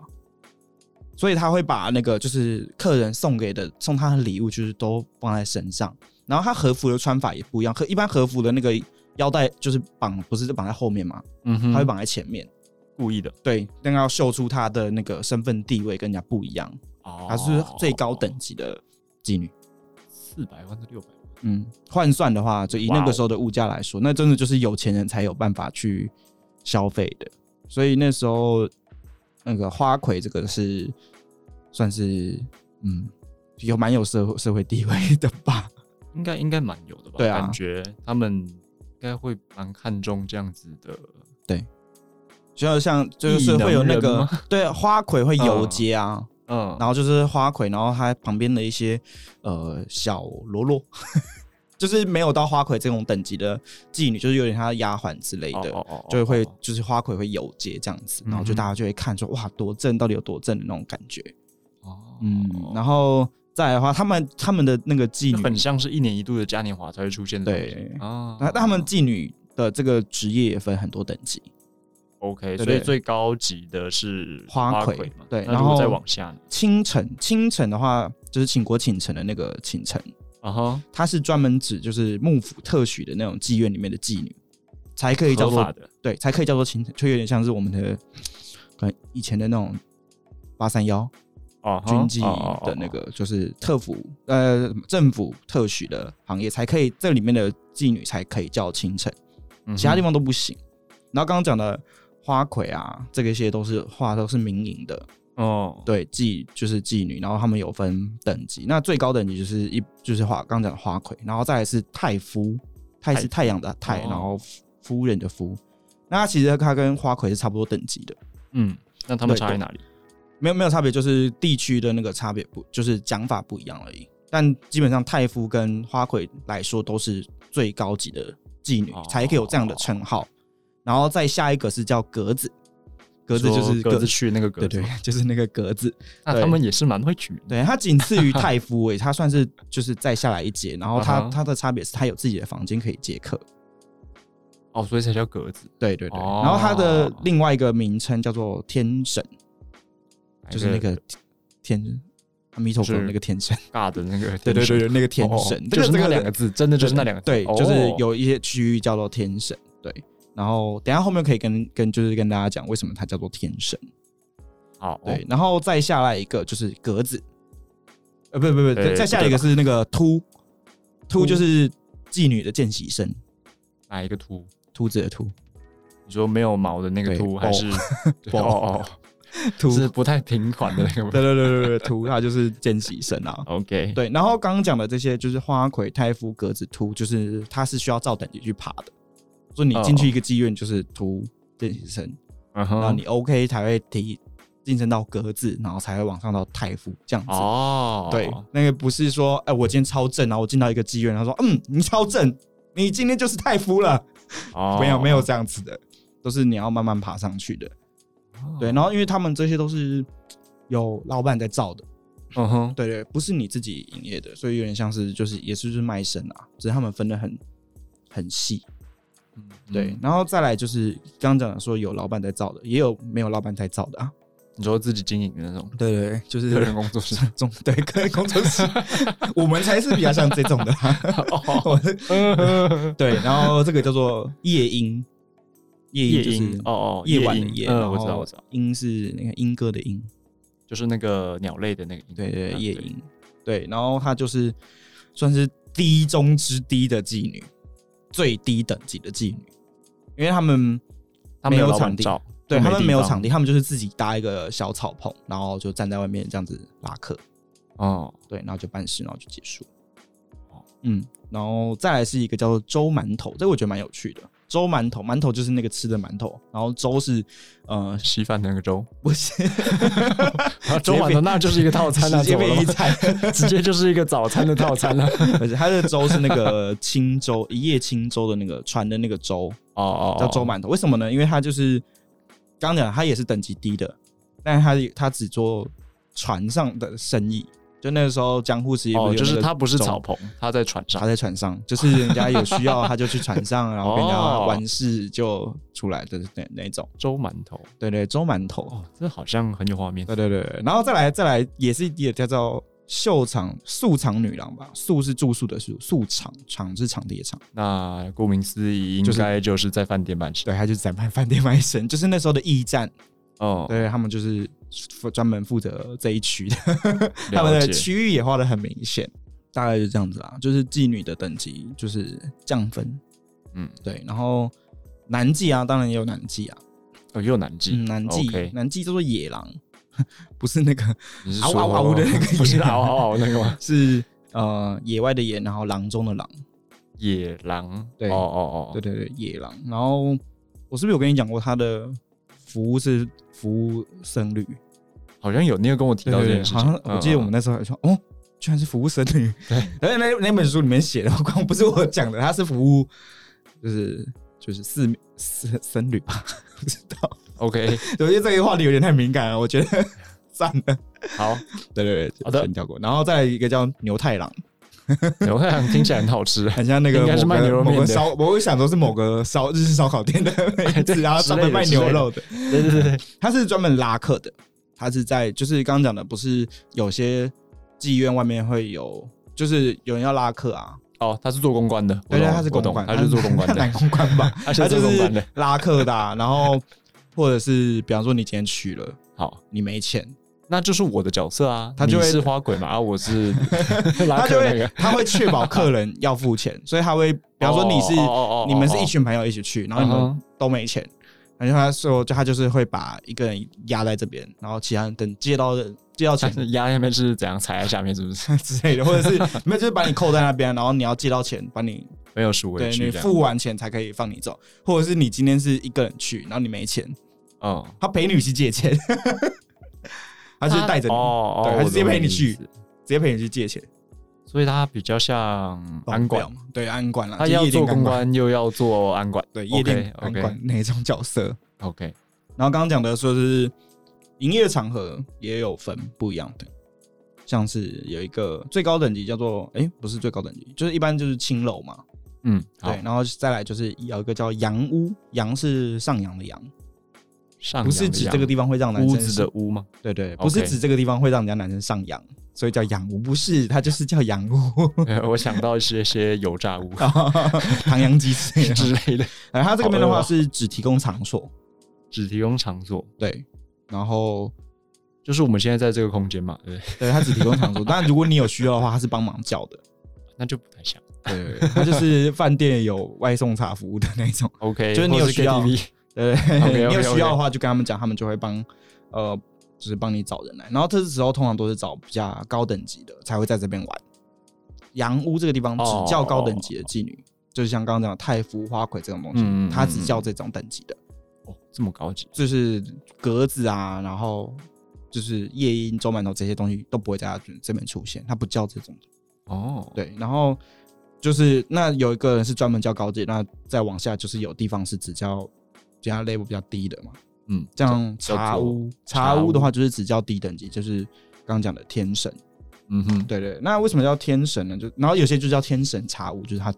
Speaker 1: 所以他会把那个就是客人送给的送他的礼物，就是都放在身上，然后他和服的穿法也不一样，和一般和服的那个腰带就是绑不是绑在后面嘛，
Speaker 2: 嗯哼，
Speaker 1: 他会绑在前面，
Speaker 2: 故意的，
Speaker 1: 对，那个要秀出他的那个身份地位跟人家不一样，
Speaker 2: 哦
Speaker 1: 她是最高等级的妓女。
Speaker 2: 四百万到六百万，
Speaker 1: 嗯，换算的话，就以那个时候的物价来说，那真的就是有钱人才有办法去消费的。所以那时候那个花魁这个是算是嗯，有蛮有社会社会地位的吧？
Speaker 2: 应该应该蛮有的吧？
Speaker 1: 对啊
Speaker 2: 感觉他们应该会蛮看重这样子的。
Speaker 1: 就像就是会有那
Speaker 2: 异能人
Speaker 1: 个
Speaker 2: 吗
Speaker 1: 对花魁会游街啊，
Speaker 2: 嗯，
Speaker 1: 然后就是花魁，然后他旁边的一些呃小喽啰， 就是没有到花魁这种等级的妓女，就是有点像她的丫鬟之类的。
Speaker 2: 哦哦哦
Speaker 1: 就会
Speaker 2: 哦哦
Speaker 1: 就是花魁会游街这样子，然后就
Speaker 2: 嗯哼
Speaker 1: 大家就会看说哇多正到底有多正的那种感觉，
Speaker 2: 哦
Speaker 1: 嗯，然后再来的话，他们他们的那个妓
Speaker 2: 就很
Speaker 1: 女，
Speaker 2: 像是一年一度的嘉年华才会出现的东西
Speaker 1: 对
Speaker 2: 啊。
Speaker 1: 那他们妓女的这个职业也分很多等级，
Speaker 2: OK，
Speaker 1: 对
Speaker 2: 所以
Speaker 1: 对
Speaker 2: 最高级的是
Speaker 1: 花魁
Speaker 2: 魁嘛？
Speaker 1: 对
Speaker 2: 那
Speaker 1: 然
Speaker 2: 如果再
Speaker 1: 后
Speaker 2: 往下呢？
Speaker 1: 清晨清晨的话就是倾国倾城的那个倾城，
Speaker 2: 啊哈，
Speaker 1: 它是专门指就是幕府特许的那种妓院里面的妓女，才可以叫
Speaker 2: 合法
Speaker 1: 做
Speaker 2: 的
Speaker 1: 对，才可以叫做清晨，就有点像是我们的可能以前的那种八三幺。
Speaker 2: 哦哈，
Speaker 1: 军纪
Speaker 2: 哦
Speaker 1: 的那，个就是特服呃政府特许的行业才可以，这里面的妓女才可以叫清晨，
Speaker 2: 嗯
Speaker 1: 其他地
Speaker 2: 方
Speaker 1: 方都不行。然后刚刚讲的花魁啊，这个些都是画都是民营的，
Speaker 2: 哦，
Speaker 1: 对妓就是妓女，然后他们有分等级，那最高等级就是一就是花刚刚讲的花魁，然后再来是太夫，太是太阳的太，
Speaker 2: 哦
Speaker 1: 然后夫夫人的夫，那它其实它跟花魁是差不多等级的。
Speaker 2: 嗯，那他们
Speaker 1: 对
Speaker 2: 差在
Speaker 1: 对
Speaker 2: 哪里？
Speaker 1: 没有没有差别，就是地区的那个差别不，就是讲法不一样而已。但基本上太夫跟花魁来说都是最高级的妓女，
Speaker 2: 哦
Speaker 1: 才可以有这样的称号。然后再下一个是叫格子，格子就是
Speaker 2: 说格子，去那个格
Speaker 1: 对
Speaker 2: 子
Speaker 1: 对
Speaker 2: 嘛，，
Speaker 1: 就是那个格子。
Speaker 2: 那他
Speaker 1: 对
Speaker 2: 们也是蛮会取名的。
Speaker 1: 对，它仅次于太夫 诶、它算是就是再下来一节。然后它
Speaker 2: 啊哈
Speaker 1: 它的差别是它有自己的房间可以接客，
Speaker 2: 哦，所以才叫格子，
Speaker 1: 对对对。
Speaker 2: 哦
Speaker 1: 然后它的另外一个名称叫做天神，就是那个天啊阿弥陀佛
Speaker 2: 是
Speaker 1: 那个天神。
Speaker 2: 尬的那个，
Speaker 1: 对对对，对，那个天神，
Speaker 2: 哦
Speaker 1: 这个
Speaker 2: 就是
Speaker 1: 这
Speaker 2: 那
Speaker 1: 个
Speaker 2: 两个字，真的就是那两个字，
Speaker 1: 对，
Speaker 2: 哦
Speaker 1: 就是有一些区域叫做天神，对。然后等一下后面可以跟跟就是跟大家讲为什么它叫做天神，
Speaker 2: 好哦
Speaker 1: 对。然后再下来一个就是格子，呃，不不不，
Speaker 2: 对
Speaker 1: 再下来一个是那个秃，秃
Speaker 2: 秃
Speaker 1: 就是妓女的见习生，
Speaker 2: 哪一个秃？
Speaker 1: 秃子的秃，
Speaker 2: 你说没有毛的那个
Speaker 1: 对
Speaker 2: 秃，
Speaker 1: 哦
Speaker 2: 还是对
Speaker 1: 哦
Speaker 2: 哦
Speaker 1: 秃
Speaker 2: 哦，，是不太平缓的那个
Speaker 1: 对对对对对，秃，它就是见习生啊。
Speaker 2: ？OK，
Speaker 1: 对，然后刚刚讲的这些就是花魁、太夫、格子、秃，就是它是需要照等级去爬的，所以你进去一个妓院就是秃见习生，
Speaker 2: 嗯
Speaker 1: 然后
Speaker 2: 哼
Speaker 1: 你 OK 才会提晋升到格子，然后才会往上到太夫这样子。
Speaker 2: 哦，
Speaker 1: 对，那个不是说，哎、我今天超正，然后我进到一个妓院，他说，嗯，你超正，你今天就是太夫了。
Speaker 2: 哦，
Speaker 1: 没有，没有这样子的，都是你要慢慢爬上去的。
Speaker 2: 哦，
Speaker 1: 对，然后因为他们这些都是有老板在造的，
Speaker 2: 嗯哼，
Speaker 1: 对对，不是你自己营业的，所以有点像是就是也是就是卖身啊，只是他们分的很很细。
Speaker 2: 嗯
Speaker 1: 对，，然后再来就是刚刚讲的说有老板在造的，也有没有老板在造的啊。
Speaker 2: 你说自己经营的那种
Speaker 1: 对 对，就是
Speaker 2: 个人工作室，
Speaker 1: 中对个人工作 室，我们才是比较像这种的啦。
Speaker 2: 哦
Speaker 1: 我是对，然后这个叫做夜莺，夜
Speaker 2: 夜
Speaker 1: 莺就
Speaker 2: 莺
Speaker 1: 是
Speaker 2: 哦哦，
Speaker 1: 夜晚的
Speaker 2: 莺
Speaker 1: 夜，
Speaker 2: 嗯，
Speaker 1: 然
Speaker 2: 我知道
Speaker 1: 后
Speaker 2: 我知道，
Speaker 1: 莺是那个莺歌的莺，
Speaker 2: 就是那个鸟类的那个莺，
Speaker 1: 对对
Speaker 2: 嗯
Speaker 1: 夜莺，对，然后她就是算是低中之低的妓女，最低等级的妓女，因为他们
Speaker 2: 他们
Speaker 1: 没有
Speaker 2: 老板
Speaker 1: 场地
Speaker 2: 照
Speaker 1: 对他们没有
Speaker 2: 地
Speaker 1: 场地，他们就是自己搭一个小草棚，然后就站在外面这样子拉客。
Speaker 2: 方哦，
Speaker 1: 对，然后就办事，然后就结束
Speaker 2: 哦。
Speaker 1: 嗯，然后再来是一个叫做粥馒头，这个我觉得蛮有趣的。粥馒头，馒头就是那个吃的馒头，然后粥是呃
Speaker 2: 稀饭那 个粥，
Speaker 1: 不是
Speaker 2: 然
Speaker 1: 啊
Speaker 2: 后粥碗的那就是一个套 餐 啊，
Speaker 1: 直接
Speaker 2: 怎么了
Speaker 1: 变一
Speaker 2: 吗
Speaker 1: 餐，
Speaker 2: 直接就是一个早餐的套餐了。
Speaker 1: 而且它的粥是那个轻粥，一叶轻粥的那个船的那个粥
Speaker 2: 哦哦，
Speaker 1: 叫粥馒头，为什么呢？因为它就是刚刚讲它也是等级低的，但是它也它只做船上的生意，就那个时候江户时期不
Speaker 2: 哦，
Speaker 1: 有
Speaker 2: 就是
Speaker 1: 那个
Speaker 2: 它不是
Speaker 1: 粥
Speaker 2: 草棚，它在船上
Speaker 1: 他。在船上，就是人家有需要他就去船上，然后跟人家
Speaker 2: 哦
Speaker 1: 完事就出来的那那种。
Speaker 2: 粥馒头，
Speaker 1: 对对，粥馒头。
Speaker 2: 哦，这好像很有画面。
Speaker 1: 对对对，对然后再来再来也是也叫做秀场宿场女郎吧，宿是住宿的宿，宿场场是场地的场。
Speaker 2: 那顾名思义，应
Speaker 1: 就是
Speaker 2: 该就是在饭店办事。
Speaker 1: 对，他就是在卖饭店卖身，就是那时候的驿站。
Speaker 2: 哦，
Speaker 1: 对他们就是负专门负责这一区的，他们
Speaker 2: 了
Speaker 1: 的
Speaker 2: 解。
Speaker 1: 区域也画的很明显。大概就这样子啦，就是妓女的等级就是降分，
Speaker 2: 嗯，
Speaker 1: 对，然后男妓啊，当然也有男妓啊，
Speaker 2: 哦，又南极，
Speaker 1: 嗯，南
Speaker 2: 哦 OK
Speaker 1: 极，南极叫做野狼， 不是那个，
Speaker 2: 你是
Speaker 1: 嗷
Speaker 2: 说
Speaker 1: 嗷嗷 的那个
Speaker 2: 不是
Speaker 1: 野狼
Speaker 2: 嗷嗷嗷那 个吗？
Speaker 1: 是呃野外的野，然后狼中的狼，
Speaker 2: 野狼，
Speaker 1: 对
Speaker 2: 哦哦哦，
Speaker 1: 对对对，野狼。然后我是不是有跟你讲过，他的服务是服务僧侣？
Speaker 2: 好像有，你有跟我提
Speaker 1: 对
Speaker 2: 到
Speaker 1: 对
Speaker 2: 这
Speaker 1: 对，
Speaker 2: 件事情。嗯
Speaker 1: 好像我记得我们那时候还说，哦，居然是服务僧侣，嗯 对，那那本书里面写的，光不是我讲的，他是服务，就是就是寺僧僧侣吧， 不知道，
Speaker 2: 嗯嗯 OK，
Speaker 1: 我觉得这个话题有点太敏感了，我觉得算了，
Speaker 2: 好，
Speaker 1: 对对对，
Speaker 2: 好的
Speaker 1: 先跳过。然后再来一个叫牛太郎。
Speaker 2: 牛太郎听起来很好吃，
Speaker 1: 很像那个
Speaker 2: 应该是卖牛肉面的
Speaker 1: 某个烧，我会想说是某个烧日式烧烤 店的名字，然后专门卖牛肉的。
Speaker 2: 对对对，
Speaker 1: 他是专门拉客的，他是在就是刚刚讲的，不是有些妓院外面会有，就是有人要拉客啊，
Speaker 2: 哦，他是做公关的，我
Speaker 1: 对对，
Speaker 2: 懂
Speaker 1: 他是
Speaker 2: 我
Speaker 1: 公
Speaker 2: 懂
Speaker 1: 关，
Speaker 2: 他是做公 关
Speaker 1: 男
Speaker 2: 的，
Speaker 1: 公关吧，他
Speaker 2: 他是做
Speaker 1: 就
Speaker 2: 公关
Speaker 1: 是
Speaker 2: 的。
Speaker 1: 拉客的啊、然后或者是比方说你今天去了，
Speaker 2: 好，
Speaker 1: 你没钱，
Speaker 2: 那就是我的角色啊，
Speaker 1: 他就会
Speaker 2: 你是花鬼嘛，啊，我是
Speaker 1: 他
Speaker 2: 拉
Speaker 1: 就
Speaker 2: 克那
Speaker 1: 会
Speaker 2: 个。
Speaker 1: 他会确保客人要付 钱，所以他会，比方说你是
Speaker 2: 哦哦哦哦哦
Speaker 1: 你们是一群朋友一起去，然后你
Speaker 2: 嗯
Speaker 1: 们都没钱，然后他说就他就是会把一个人压在这边，然后其他人等借到借到
Speaker 2: 但
Speaker 1: 钱
Speaker 2: 是压下面是怎样踩在下面，是不是
Speaker 1: 之类的，或者 是没有就是把你扣在那边，然后你要借到钱，把你
Speaker 2: 没有赎回
Speaker 1: 对
Speaker 2: 去？
Speaker 1: 你
Speaker 2: 这样
Speaker 1: 付完钱才可以放你走，或者是你今天是一个人去，然后你没钱，
Speaker 2: 嗯，
Speaker 1: 他陪你去借钱，他就是带着你
Speaker 2: 哦哦，
Speaker 1: 对他
Speaker 2: 我
Speaker 1: 直接陪
Speaker 2: 懂
Speaker 1: 你
Speaker 2: 意
Speaker 1: 去
Speaker 2: 思，
Speaker 1: 直接陪你去借钱，
Speaker 2: 所以他比较像安管，
Speaker 1: 嘛，哦对安管了，
Speaker 2: 他
Speaker 1: 就
Speaker 2: 要
Speaker 1: 夜店
Speaker 2: 做
Speaker 1: 钢
Speaker 2: 公
Speaker 1: 管
Speaker 2: 关又要做安管，
Speaker 1: 对夜店管
Speaker 2: OK，OK
Speaker 1: 管那种角色。
Speaker 2: OK，
Speaker 1: 然后刚刚讲的说是营业场合也有分不一样的，像是有一个最高等级叫做哎、不是最高等级，就是一般就是青楼嘛，
Speaker 2: 嗯，好
Speaker 1: 对，，然后再来就是有一个叫洋屋，洋是上扬的扬，
Speaker 2: 上
Speaker 1: 不是
Speaker 2: 扬的
Speaker 1: 指
Speaker 2: 扬
Speaker 1: 这个地方会让男
Speaker 2: 屋
Speaker 1: 生
Speaker 2: 子的屋吗？
Speaker 1: 对对，
Speaker 2: OK
Speaker 1: 不是指这个地方会让人家男生上扬，所以叫洋屋，不是，它就是叫洋 屋，
Speaker 2: 呃我想到一些些油炸屋
Speaker 1: 哦唐扬鸡 翅。
Speaker 2: 之类的，
Speaker 1: 然后它这个边的
Speaker 2: 好饿
Speaker 1: 话
Speaker 2: 哦
Speaker 1: 是只提供场所，
Speaker 2: 只提供场所，
Speaker 1: 对，然后
Speaker 2: 就是我们现在在这个空间嘛，对不 对，
Speaker 1: 对它只提供场所， 但如果你有需要的话，它是帮忙叫的。
Speaker 2: 那就不太像。
Speaker 1: 对，它就是饭店有外送茶服务的那种。
Speaker 2: OK，
Speaker 1: 就是你有
Speaker 2: 或
Speaker 1: 需要
Speaker 2: KTV
Speaker 1: 对
Speaker 2: OK，OK，OK
Speaker 1: 你有需要的话就跟他们讲，他们就会帮，呃，就是帮你找人来。然后这时候通常都是找比较高等级的才会在这边玩。洋屋这个地方只叫高等级的妓女，就是像刚刚讲的太夫、花魁这种东西
Speaker 2: 嗯嗯嗯，
Speaker 1: 它只叫这种等级的，
Speaker 2: 哦，这么高级，
Speaker 1: 就是格子啊，然后就是夜莺、周馒头这些东西都不会在它这边出现，它不叫这种。
Speaker 2: 哦，
Speaker 1: 对，然后就是那有一个人是专门教高阶，那再往下就是有地方是只教其他 level 比较低的嘛，
Speaker 2: 嗯，
Speaker 1: 这样
Speaker 2: 叫
Speaker 1: 茶
Speaker 2: 做
Speaker 1: 屋
Speaker 2: 茶
Speaker 1: 茶屋
Speaker 2: 屋
Speaker 1: 的话就是只教低等级，就是刚刚讲的天神，
Speaker 2: 嗯哼，
Speaker 1: 对对。那为什么叫天神呢？就然后有些就叫天神茶屋，就是他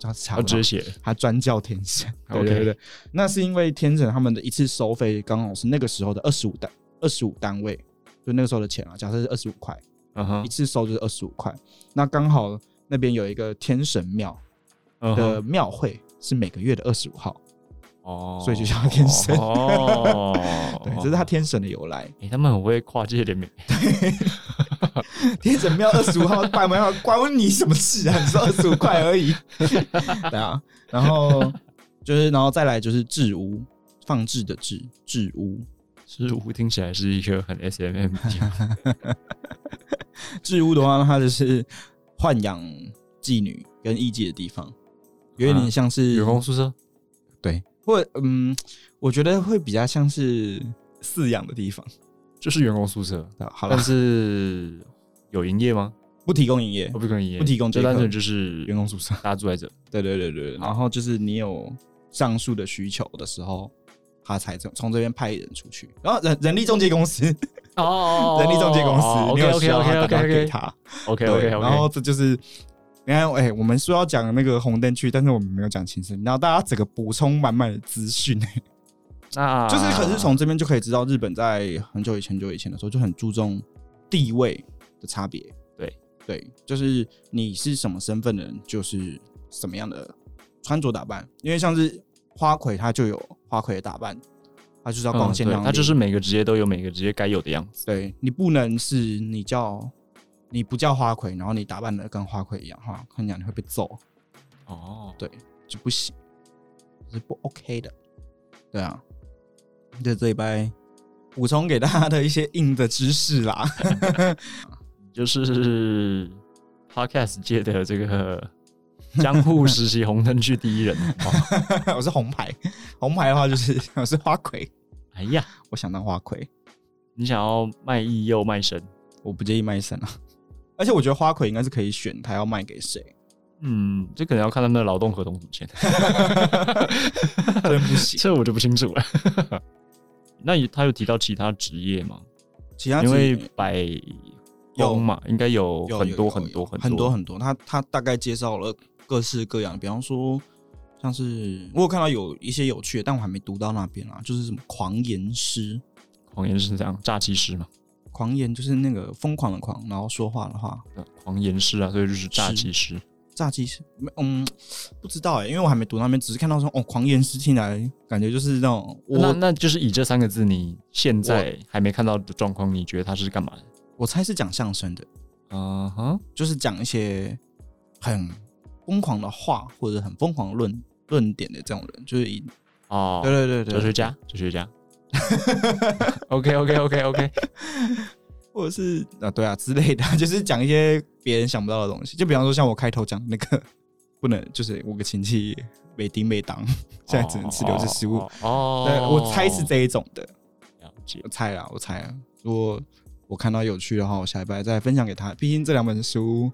Speaker 1: 他茶
Speaker 2: 他
Speaker 1: 屋
Speaker 2: 直接写
Speaker 1: 他专教天神，对
Speaker 2: 哦 OK
Speaker 1: 对对对。那是因为天神他们的一次收费刚好是那个时候的二十五单二十五单位，就那个时候的钱啊，假设是二十五块。
Speaker 2: 嗯
Speaker 1: 一
Speaker 2: 哼，
Speaker 1: 次收就是二十五块。那刚好那边有一个天神庙
Speaker 2: 嗯哼
Speaker 1: 的庙会是每个月的二十五号，
Speaker 2: 哦，
Speaker 1: 所以就叫天神，
Speaker 2: 哦
Speaker 1: 对，这是他天神的由来。
Speaker 2: 诶他们很会跨界联名，
Speaker 1: 天神庙二十五号拜门号，关你什么事啊？你说二十五块而 已，对啊。然后就是，然后再来就是置屋，放置的置置屋，
Speaker 2: 是屋听起来是一个很 S M M 的 地方
Speaker 1: 置屋的话，它就是豢养妓女跟艺妓的地方，有一点像是
Speaker 2: 员工宿舍
Speaker 3: 对，
Speaker 1: 或嗯，我觉得会比较像是饲养的地方，
Speaker 2: 就是员工宿舍，
Speaker 3: 啊好了
Speaker 1: 嗯
Speaker 2: 但，是有营业吗？
Speaker 1: 不提供营业
Speaker 2: 我。不可能营业，
Speaker 1: 不提供这
Speaker 2: 就
Speaker 1: 一
Speaker 2: 单
Speaker 1: 刻
Speaker 2: 纯就是
Speaker 3: 员工宿舍
Speaker 2: 大家住在这，
Speaker 1: 对对对对，然后就是你有上述的需求的时候，他才从从这边派人出去，然后人人力中介公司，
Speaker 2: 哦
Speaker 1: 人力中介公司，你
Speaker 2: OK
Speaker 1: 有需
Speaker 2: OK
Speaker 1: 要
Speaker 2: OK
Speaker 1: 他打电话
Speaker 2: OK OK
Speaker 1: 给他。
Speaker 2: OK
Speaker 1: 对
Speaker 2: OK OK，
Speaker 3: 然后这就是，你看，哎、我们说要讲那个红灯区，但是我们没有讲情深，然后大家整个补充满满的资讯、
Speaker 2: 那
Speaker 1: 就是可是从这边就可以知道，日本在很久以前、很久以前的时候就很注重地位的差别。
Speaker 2: 对
Speaker 1: 对，就是你是什么身份的人，就是什么样的穿着打扮。因为像是花魁，他就有花魁的打扮，他就是要光鲜亮丽、
Speaker 2: 嗯他就是每个职业都有每个职业该有的样子。
Speaker 1: 对你不能是你叫你不叫花魁，然后你打扮的跟花魁一样的话，我跟你讲你会被揍，
Speaker 2: 哦，
Speaker 1: 对，就不行，是不 OK 的。对啊，就这一拜补充给大家的一些硬的知识啦。
Speaker 2: 就是 Podcast 界的这个江户实习红灯区第一 人。哦哇
Speaker 1: 我是红牌，红牌的话就是我是花魁，
Speaker 2: 哎呀，
Speaker 1: 我想当花魁，
Speaker 2: 你想要卖艺又卖身，
Speaker 1: 我不介意卖身啊。 而且我觉得花魁应该是可以选他要卖给谁，
Speaker 2: 嗯，这可能要看他们的劳动合同怎么 签，
Speaker 1: 真不行。
Speaker 2: 这我就不清楚了。 那也他有提到其他职业吗？
Speaker 1: 其他
Speaker 2: 因为
Speaker 1: 职业
Speaker 2: 百
Speaker 1: 有
Speaker 2: 工嘛，应该有
Speaker 1: 啊有
Speaker 2: 很
Speaker 1: 有
Speaker 2: 多
Speaker 1: 有
Speaker 2: 很
Speaker 1: 有
Speaker 2: 多很
Speaker 1: 很
Speaker 2: 多
Speaker 1: 很多。他他大概介绍了各式各样，比方说像是我有看到有一些有趣的，但我还没读到那边啦，就是什么狂言师，
Speaker 2: 狂言是这样，诈欺师嘛，
Speaker 1: 狂言就是那个疯狂的狂，然后说话的话，
Speaker 2: 呃狂言师啊，所以就是诈欺师。
Speaker 1: 炸鸡师，没嗯，不知道哎、因为我还没读那边，只是看到说哦，狂言师听来感觉就是那种
Speaker 2: 那
Speaker 1: 我
Speaker 2: 那就是以这三个字，你现在还没看到的状况，你觉得他是干嘛的？
Speaker 1: 我猜是讲相声的，
Speaker 2: 嗯哼，
Speaker 1: 就是讲一些很疯狂的话或者很疯狂的论论点的这种人，就是以
Speaker 2: 哦，
Speaker 1: 对对对对，
Speaker 2: 哲学家，哲学 家。OK 哦 OK OK OK，
Speaker 1: 或者是啊，对啊 之类的，就是讲一些别人想不到的东西。就比方说，像我开头讲那个，不能就是我个亲戚每丁每当，现在只能吃流质食物。
Speaker 2: 哦哦。
Speaker 1: 对，我猜是这一种的，
Speaker 2: 了解
Speaker 1: 我。猜啦，我猜啊。如果我看到有趣的话，我下一拜再分享给他。毕竟这两本书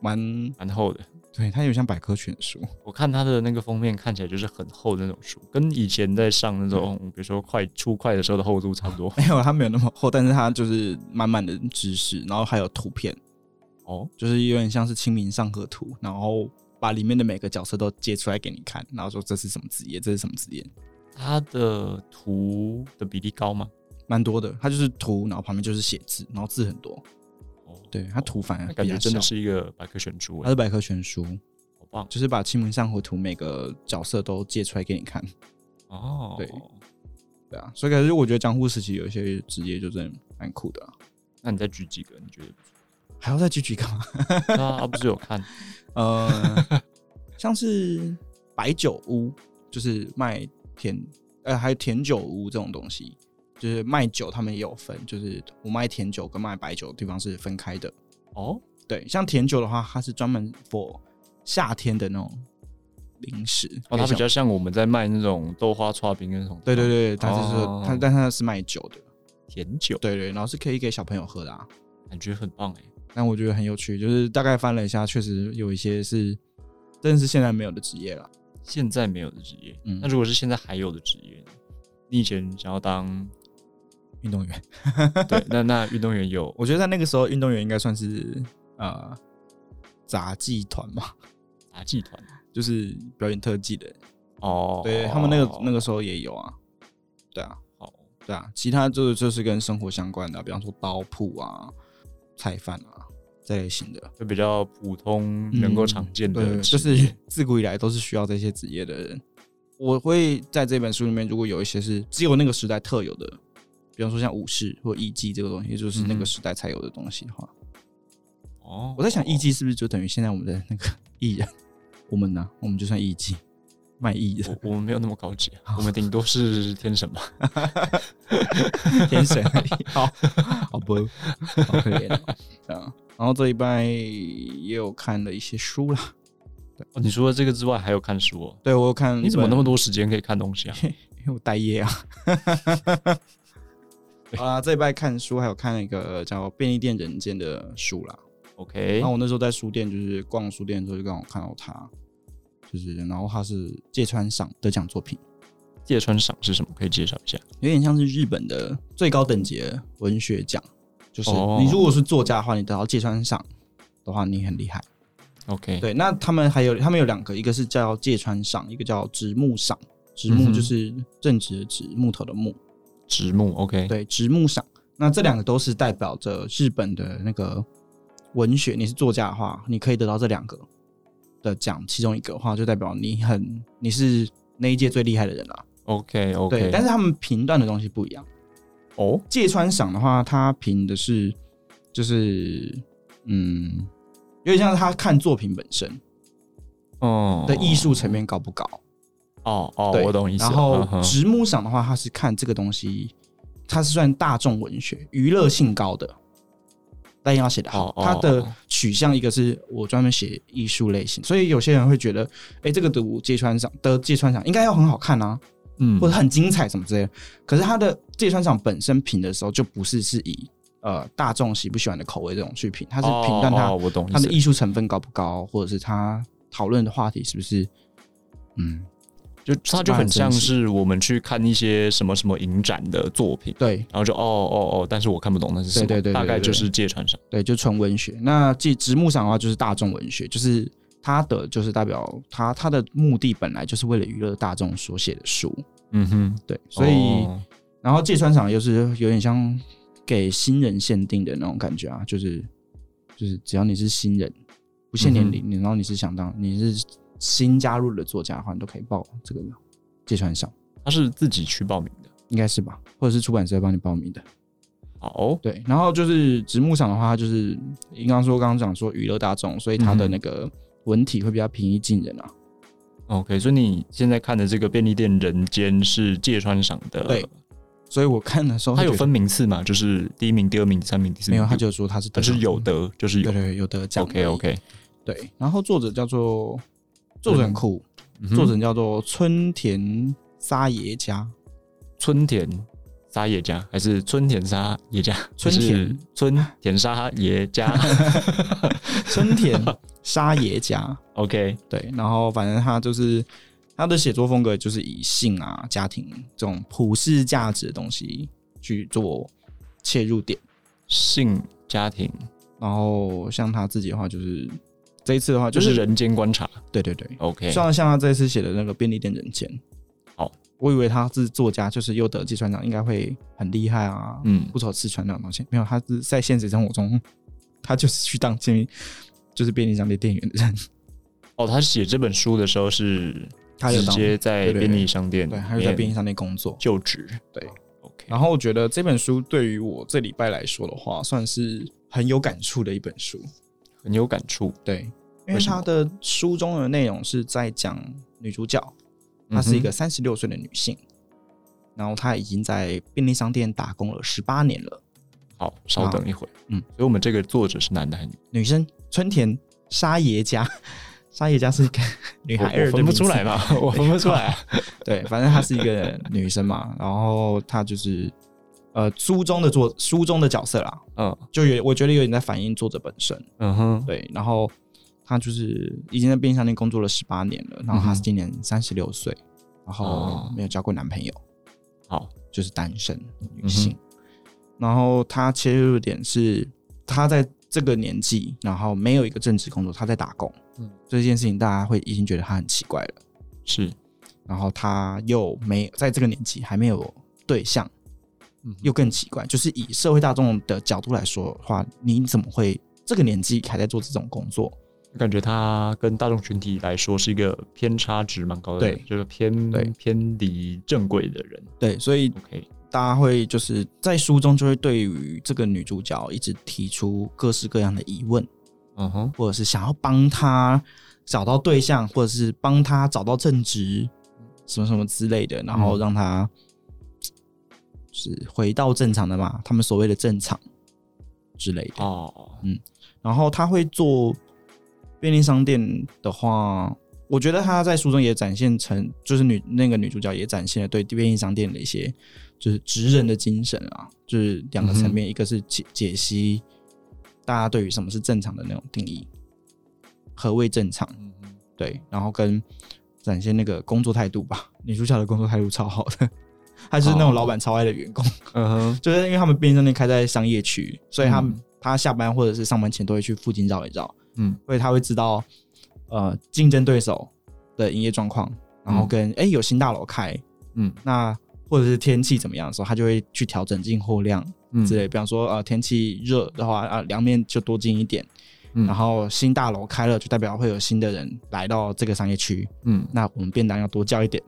Speaker 1: 蛮，
Speaker 2: 蛮厚的，
Speaker 1: 对，它有点像百科全书。
Speaker 2: 我看他的那个封面看起来就是很厚的那种书，跟以前在上那种比如说快出快的时候的厚度差 不多。
Speaker 1: 没有，它没有那么厚，但是它就是满满的知识，然后还有图片，
Speaker 2: 哦，
Speaker 1: 就是有点像是《清明上河图》，然后把里面的每个角色都揭出来给你看，然后说这是什么职业，这是什么职业，
Speaker 2: 它的图的比例高吗？
Speaker 1: 蛮多的。它就是图，然后旁边就是写字，然后字很多。
Speaker 2: 哦，
Speaker 1: 对，它图反而
Speaker 2: 那
Speaker 1: 比
Speaker 2: 感觉
Speaker 1: 较
Speaker 2: 真的
Speaker 1: 小，
Speaker 2: 是一个百科全书
Speaker 1: 它
Speaker 2: 哎，
Speaker 1: 是百科全书，
Speaker 2: 好棒
Speaker 1: 就是把《清明上河图》每个角色都揭出来给你看。
Speaker 2: 哦。
Speaker 1: 对对啊，所以可是我觉得江户时期有一些职业就真的蛮酷的啊、
Speaker 2: 那你再举几个？你觉得不错？
Speaker 1: 还要再继续干嘛？
Speaker 2: 对啊，啊不是有看
Speaker 1: 呃，像是白酒屋，就是卖甜，呃，还有甜酒屋这种东西，就是卖酒他们也有分，就是我卖甜酒跟卖白酒的地方是分开的。
Speaker 2: 哦？
Speaker 1: 对，像甜酒的话，它是专门 for 夏天的那种零食。
Speaker 2: 哦，它比较像我们在卖那种豆花刨冰那种。
Speaker 1: 对对对，它就是说
Speaker 2: 哦
Speaker 1: 它，但它是卖酒的，
Speaker 2: 甜酒，
Speaker 1: 对对，然后是可以给小朋友喝的啊。
Speaker 2: 感觉很棒哎。
Speaker 1: 但我觉得很有趣，就是大概翻了一下，确实有一些是真的是现在没有的职业了。
Speaker 2: 现在没有的职业，
Speaker 1: 嗯
Speaker 2: 那如果是现在还有的职业呢，你以前想 要当
Speaker 1: 运动员，
Speaker 2: 对，那那运动员有
Speaker 1: 我觉得在那个时候，运动员应该算是呃杂技团嘛，
Speaker 2: 杂技团
Speaker 1: 就是表演特技的。
Speaker 2: 哦，
Speaker 1: 对他们那个那个时候也有啊，对啊，
Speaker 2: 好
Speaker 1: 对啊，其他就是就是跟生活相关的，啊比方说刀铺啊、菜贩啊这类型的，
Speaker 2: 就比较普通能够
Speaker 1: 嗯
Speaker 2: 常见的
Speaker 1: 对，
Speaker 2: 职
Speaker 1: 就
Speaker 2: 业，
Speaker 1: 是自古以来都是需要这些职业的人。我会在这本书里面，如果有一些是只有那个时代特有的，比方说像武士或艺伎这个东西，就是那
Speaker 2: 嗯
Speaker 1: 个
Speaker 2: 哼
Speaker 1: 时代才有的东西的话，
Speaker 2: 哦，
Speaker 1: 我在想艺伎是不是就等于现在我们的那个艺人？我们呢、我们就算艺伎卖艺的
Speaker 2: 我我们没有那么高 级，
Speaker 1: 哦
Speaker 2: 啊我们顶多是天神吧。
Speaker 1: 天神而已，好好不，嗯好可怜、哦，对啊。然后这一拜也有看了一些书啦，嗯
Speaker 2: 哦，你除了这个之外还有看书哦？
Speaker 1: 对我有看，
Speaker 2: 你怎么那么多时间可以看东西啊？
Speaker 1: 因为我待业啊。 好啦，这一拜看书，还有看那个叫《便利店人间》的书啦。
Speaker 2: OK，
Speaker 1: 然后我那时候在书店，就是逛书店的时候，就刚好看到他，就是然后他是芥川赏得奖作品，
Speaker 2: 芥川赏是什么？可以介绍一下？
Speaker 1: 有点像是日本的最高等级的文学奖，就是
Speaker 2: 哦
Speaker 1: 你如果是作家的话，你得到芥川赏的话，你很厉害。
Speaker 2: OK，
Speaker 1: 对，那他们还有他们有两个，一个是叫芥川赏，一个叫直木赏。直
Speaker 2: 嗯
Speaker 1: 木
Speaker 2: 哼
Speaker 1: 就是正直的直，木头的木。
Speaker 2: 直木 OK，
Speaker 1: 对，直木赏。那这两个都是代表着日本的那个文学。你是作家的话，你可以得到这两个的奖，其中一个的话就代表你很你是那一届最厉害的人啦。
Speaker 2: OK
Speaker 1: 对，
Speaker 2: OK，
Speaker 1: 但是他们评断的东西不一样。
Speaker 2: 哦，
Speaker 1: 芥川赏的话，他评的是就是嗯，有点像是他看作品本身
Speaker 2: 哦
Speaker 1: 的艺术层面高不高。
Speaker 2: 哦哦
Speaker 1: 对，
Speaker 2: 我懂意思了。
Speaker 1: 然后
Speaker 2: 嗯哼
Speaker 1: 直木赏的话，他是看这个东西，它是算大众文学，娱乐性高的，但要写得好
Speaker 2: 哦。哦
Speaker 1: 它的
Speaker 2: 哦
Speaker 1: 取向一个是我专门写艺术类型，所以有些人会觉得，哎，这个读芥川赏得芥川赏应该要很好看啊，
Speaker 2: 嗯
Speaker 1: 或者很精彩什么之类的。可是他的芥川赏本身评的时候，就不是是以呃大众喜不喜欢的口味这种去评，他是评断
Speaker 2: 哦
Speaker 1: 它
Speaker 2: 哦我懂意
Speaker 1: 它的
Speaker 2: 思
Speaker 1: 艺术成分高不高，或者是他讨论的话题是不是嗯
Speaker 2: 就它就很
Speaker 1: 蛮
Speaker 2: 像
Speaker 1: 神奇
Speaker 2: 是我们去看一些什么什么影展的作品，
Speaker 1: 对
Speaker 2: 然后就哦哦哦，但是我看不懂那是什么，
Speaker 1: 对对对对
Speaker 2: 大概
Speaker 1: 对对
Speaker 2: 就是芥川赏。
Speaker 1: 对，就纯文学。那即直木赏的话，就是大众文学，就是他的就是代表他他的目的本来就是为了娱乐大众所写的书，
Speaker 2: 嗯哼，
Speaker 1: 对，所以、
Speaker 2: 哦
Speaker 1: 然后芥川赏又是有点像给新人限定的那种感觉啊，就是就是只要你是新人，不限
Speaker 2: 嗯
Speaker 1: 年龄，你然后你是想当你是新加入的作家的话，你都可以报这个芥川赏，
Speaker 2: 他是自己去报名的。
Speaker 1: 应该是吧？或者是出版社帮你报名的。
Speaker 2: 好，
Speaker 1: 对，然后就是直木赏的话，它就是你刚刚说，刚刚讲说娱乐大众，所以它的
Speaker 2: 嗯
Speaker 1: 那个文体会比较平易近人啊。
Speaker 2: OK，所以你现在看的这个便利店人间是芥川赏的，
Speaker 1: 对，所以我看的时候，
Speaker 2: 它有，分名次嘛？就是第一名、第二名、第三名、第四
Speaker 1: 没
Speaker 2: 名，
Speaker 1: 有，他就说他是得
Speaker 2: 但
Speaker 1: 奖
Speaker 2: 是有，得就是
Speaker 1: 对
Speaker 2: 有
Speaker 1: 对对有得奖。
Speaker 2: ，OK OK，
Speaker 1: 对。然后作者叫做作者很酷，
Speaker 2: 嗯哼
Speaker 1: 作者叫做村田沙野家，
Speaker 2: 村田沙野家还是村田沙野家？
Speaker 1: 村田
Speaker 2: 还 是村田沙 野家
Speaker 1: 村田沙野 家。
Speaker 2: ，OK，
Speaker 1: 对，然后反正他就是他的写作风格就是以性啊、家庭这种普世价值的东西去做切入点。
Speaker 2: 性家庭
Speaker 1: 然后像他自己的话，就是这一次的话，
Speaker 2: 就
Speaker 1: 啊就是是啊
Speaker 2: 人间观察
Speaker 1: 对对对，
Speaker 2: ，OK，
Speaker 1: 像像他这一次写的那个便利店人间，哦
Speaker 2: 好，
Speaker 1: 我以为他是作家，就是又得芥川奖，应该会很厉害啊，
Speaker 2: 嗯
Speaker 1: 不愁吃穿那种东西。没有，他是在现实生活中，他就是去当便利，就是便利商店店员的人，
Speaker 2: 哦，他写这本书的时候是
Speaker 1: 他有
Speaker 2: 直
Speaker 1: 当
Speaker 2: 接在
Speaker 1: 对对对
Speaker 2: 便利商店，
Speaker 1: 对，他就在便利商店工作。
Speaker 2: 就职，
Speaker 1: 对
Speaker 2: ，OK，
Speaker 1: 然后我觉得这本书对于我这礼拜来说的话，算是很有感触的一本书。
Speaker 2: 很有感触，
Speaker 1: 对，因
Speaker 2: 为
Speaker 1: 为
Speaker 2: 什么
Speaker 1: 他的书中的内容是在讲女主角，她是一个
Speaker 2: 嗯
Speaker 1: 三十六岁的女性，然后她已经在便利商店打工了十八年了。
Speaker 2: 哼好，稍等一会儿，
Speaker 1: 嗯
Speaker 2: 所以我们这个作者是男的还是女？
Speaker 1: 女生春田沙耶加，沙耶加是一个 女
Speaker 2: 我
Speaker 1: 孩
Speaker 2: 我
Speaker 1: 儿，
Speaker 2: 分不出 来
Speaker 1: 吧？
Speaker 2: 嘛，我分不出来啊，
Speaker 1: 对，反正她是一个女生嘛，然后她就是呃书中的作书中的角色啦，
Speaker 2: 嗯
Speaker 1: 就有我觉得有点在反映作者本身。
Speaker 2: 嗯哼，
Speaker 1: 对，然后她就是已经在便利商店工作了十八年了，然后她
Speaker 2: 嗯
Speaker 1: 是
Speaker 2: 哼
Speaker 1: 今年三十六岁，然后
Speaker 2: 哦
Speaker 1: 没有交过男朋友。
Speaker 2: 好，嗯
Speaker 1: 就是单身女性。然后她切入点是，她在这个年纪，然后没有一个正职工作，她在打工。
Speaker 2: 嗯
Speaker 1: 这件事情大家会已经觉得她很奇怪了。
Speaker 2: 是，
Speaker 1: 然后她又没在这个年纪还没有对象，
Speaker 2: 嗯哼
Speaker 1: 又更奇怪。就是以社会大众的角度来说的话，你怎么会这个年纪还在做这种工作？
Speaker 2: 感觉它跟大众群体来说是一个偏差值蛮高的，
Speaker 1: 对
Speaker 2: 就是偏
Speaker 1: 对
Speaker 2: 偏离正轨的人。
Speaker 1: 对，所以
Speaker 2: OK，
Speaker 1: 大家会就是在书中就会对于这个女主角一直提出各式各样的疑问。
Speaker 2: 嗯哼，
Speaker 1: 或者是想要帮他找到对象，或者是帮他找到正职，什么什么之类的，然后让他就是回到正常的嘛，他们所谓的正常之类的。
Speaker 2: 哦，
Speaker 1: 然后他会做便利商店的话，我觉得她在书中也展现成，就是女那个女主角也展现了对便利商店的一些就是职人的精神啊，就是两个层面，一个啊是解解析大家对于什么是正常的那种定义，何谓正常，
Speaker 2: 嗯
Speaker 1: 对，然后跟展现那个工作态度吧。女主角的工作态度超好的， 她就是那种老板超爱的员工，
Speaker 2: 嗯哼，
Speaker 1: 就是因为他们便利商店开在商业区，所以他们、他下班或者是上班前都会去附近绕一绕，
Speaker 2: 嗯，
Speaker 1: 所以他会知道呃竞争对手的营业状况，然后跟哎、诶有新大楼开，
Speaker 2: 嗯
Speaker 1: 那或者是天气怎么样的时候，他就会去调整进货量
Speaker 2: 嗯
Speaker 1: 之类。比方说呃天气热的话啊、凉面就多进一点，
Speaker 2: 嗯
Speaker 1: 然后新大楼开了就代表会有新的人来到这个商业区，
Speaker 2: 嗯
Speaker 1: 那我们便当要多叫一点。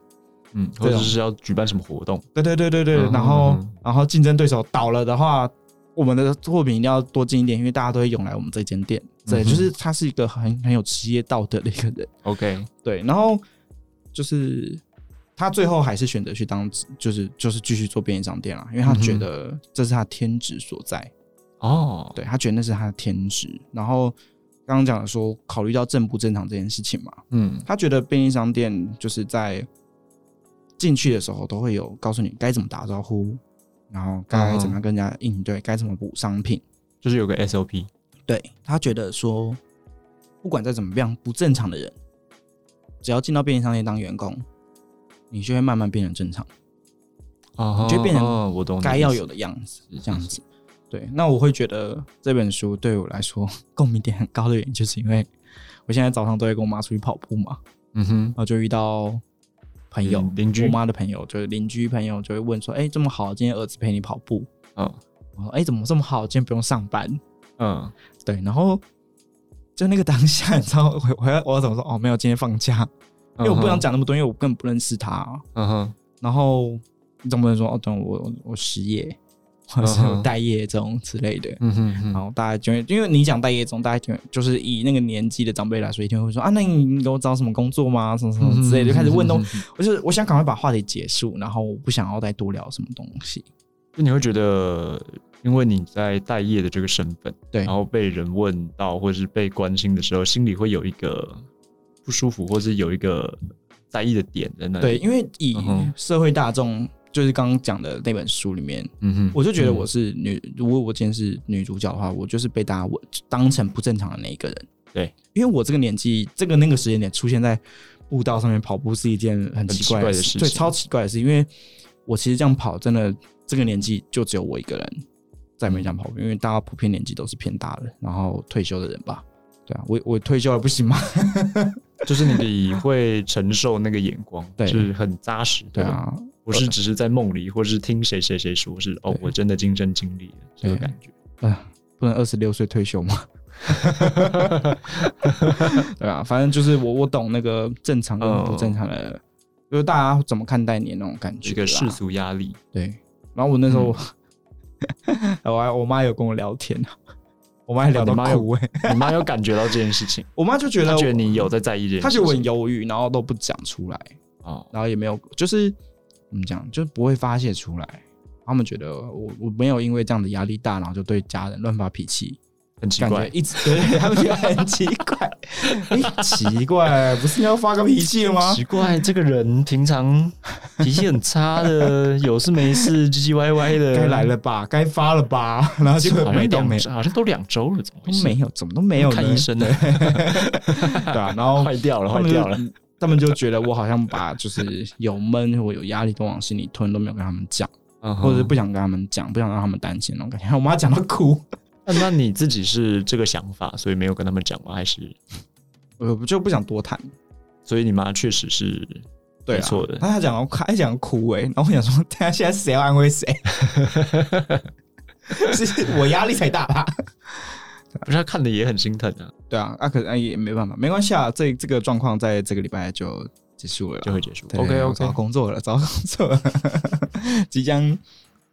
Speaker 2: 嗯，
Speaker 1: 这
Speaker 2: 或
Speaker 1: 种
Speaker 2: 者是要举办什么活动，
Speaker 1: 对对对对对，
Speaker 2: 嗯
Speaker 1: 然后
Speaker 2: 嗯
Speaker 1: 然后竞争对手倒了的话，我们的货品一定要多进一点，因为大家都会涌来我们这间店。对，
Speaker 2: 嗯哼
Speaker 1: 就是他是一个很很有职业道德的一个人。
Speaker 2: ，OK，
Speaker 1: 对，然后就是他最后还是选择去当，就是就是继续做便利商店啦，啊因为他
Speaker 2: 嗯哼
Speaker 1: 觉得这是他天职所在。
Speaker 2: 哦，
Speaker 1: 对他觉得那是他的天职。然后刚刚讲的说，考虑到正不正常这件事情嘛，
Speaker 2: 嗯
Speaker 1: 他觉得便利商店就是在进去的时候都会有告诉你该怎么打招呼，然后
Speaker 2: 嗯
Speaker 1: 该怎么样跟人家应对，该怎么补商品。
Speaker 2: 就是有个 SOP，
Speaker 1: 对他觉得说，不管再怎么样不正常的人，只要进到便利商店当员工，你就会慢慢变成正常，
Speaker 2: 哦
Speaker 1: 就变成
Speaker 2: 哦我懂你的
Speaker 1: 该
Speaker 2: 意
Speaker 1: 要
Speaker 2: 思
Speaker 1: 有的样子
Speaker 2: 是，
Speaker 1: 这样子。对，那我会觉得这本书对我来说 共鸣点很高的原因，就是因为我现在早上都会跟我妈出去跑步嘛，
Speaker 2: 嗯哼
Speaker 1: 然，后就遇到朋友、
Speaker 2: 嗯邻居
Speaker 1: 我妈的朋友，就是邻居朋友就会问说：“哎、这么好，今天儿子陪你跑步
Speaker 2: 嗯？”
Speaker 1: 我说：“哎、怎么这么好？今天不用上班
Speaker 2: 嗯，？”
Speaker 1: 对，然后就那个当下，你知道我我要我要怎么说？哦，没有，今天放假，因为我不想
Speaker 2: 讲，
Speaker 1: 讲那么多，因为我根本不认识他、啊
Speaker 2: 嗯哼，
Speaker 1: 然后你总不能说哦，等我我失业，或者是
Speaker 2: 嗯
Speaker 1: 我
Speaker 2: 哼
Speaker 1: 待业中之类的。
Speaker 2: 嗯哼，
Speaker 1: 然
Speaker 2: 嗯
Speaker 1: 后大家就会，因为你讲待业中，大家就会就是以那个年纪的长辈来说，一定会说啊，那你你给我找什么工作吗？什么
Speaker 2: 嗯
Speaker 1: 什么之类的，就开始问东，我就是我想赶快把话题结束，然后我不想要再多聊什么东西。
Speaker 2: 就你会觉得，因为你在待业的这个身份，
Speaker 1: 对
Speaker 2: 然后被人问到或是被关心的时候，心里会有一个不舒服，或是有一个在意的点在那里。
Speaker 1: 对，，因为以
Speaker 2: 嗯哼
Speaker 1: 社会大众，就是刚刚讲的那本书里面，
Speaker 2: 嗯哼，
Speaker 1: 我就觉得我
Speaker 2: 嗯
Speaker 1: 是女，如果我今天是女主角的话，我就是被大家我当成不正常的那一个人。
Speaker 2: 对，
Speaker 1: 因为我这个年纪，这个那个时间点出现在步道上面跑步是一件很奇怪
Speaker 2: 很奇怪的
Speaker 1: 事，
Speaker 2: 事情
Speaker 1: 对，超奇怪的事。因为我其实这样跑，真的这个年纪就只有我一个人在没这样跑步，因为大家普遍年纪都是偏大的，然后退休的人吧。对啊，我我退休了不行吗？
Speaker 2: 就是你会承受那个眼光，
Speaker 1: 对
Speaker 2: 就是很扎实的。
Speaker 1: 对，啊，
Speaker 2: 不是只是在梦里，或是听谁谁谁说，是哦
Speaker 1: 对，
Speaker 2: 我真的亲身经历了这个
Speaker 1: 对
Speaker 2: 感觉。
Speaker 1: 不能二十六岁退休吗？ 对啊，反正就是我我懂那个正常跟不正常的，就是大家怎么看待你的那种感觉
Speaker 2: 这
Speaker 1: 啦。
Speaker 2: 哦个世俗压力，
Speaker 1: 对。然后我那时候， 我还我妈有跟我聊天 啊，我妈还聊到
Speaker 2: 嗯哦你妈有
Speaker 1: 哭哎、
Speaker 2: 你妈有感觉到这件事 情，
Speaker 1: 啊我妈就觉
Speaker 2: 她
Speaker 1: 得
Speaker 2: 觉得你有在在意这件事情，
Speaker 1: 她觉得我很忧郁，然后都不讲出来，
Speaker 2: 哦，
Speaker 1: 然后也没有就是怎么讲，就是不会发泄出来。他们觉得我我没有因为这样的压力大，然后就对家人乱发脾气，
Speaker 2: 很奇
Speaker 1: 感觉
Speaker 2: 怪，
Speaker 1: 一直 对他们觉得很奇 怪，哎，奇怪，不是要发个脾气了 吗？
Speaker 2: 奇怪，这个人平常脾气很差的，有事 没事唧唧歪歪的，
Speaker 1: 该来了吧，该发了 吧，然后就
Speaker 2: 好
Speaker 1: 没
Speaker 2: 像
Speaker 1: 都没
Speaker 2: 两好像都两周了，怎么回
Speaker 1: 都
Speaker 2: 事？
Speaker 1: 没有，怎么都没有呢
Speaker 2: 看医生了，
Speaker 1: 对啊，然 后
Speaker 2: 坏掉了，
Speaker 1: 他
Speaker 2: 坏
Speaker 1: 们
Speaker 2: 掉了，
Speaker 1: 就他们就觉得我好像把就是有闷或有压力都往心里吞，都没有跟他们讲，
Speaker 2: 嗯哼
Speaker 1: 或者是不想跟他们讲，不想让他们担心那种感觉。我妈讲到哭，
Speaker 2: 那那你自己是这个想法，所以没有跟他们讲吗？还是
Speaker 1: 我就不想多谈。
Speaker 2: 所以你妈确实是
Speaker 1: 对
Speaker 2: 没
Speaker 1: 啊
Speaker 2: 错的，
Speaker 1: 她讲到哭，她讲到哭哎、然后我想说，大家现在谁要安慰 谁？是我压力才大吧？
Speaker 2: 不是她看的也很心疼啊，
Speaker 1: 对啊，啊可啊也没办法，没关系啊，这这个状况在这个礼拜就结束了啦，
Speaker 2: 就会结束。
Speaker 1: 对
Speaker 2: OK
Speaker 1: 我找到
Speaker 2: OK，
Speaker 1: 工作了，找到工作了， 即将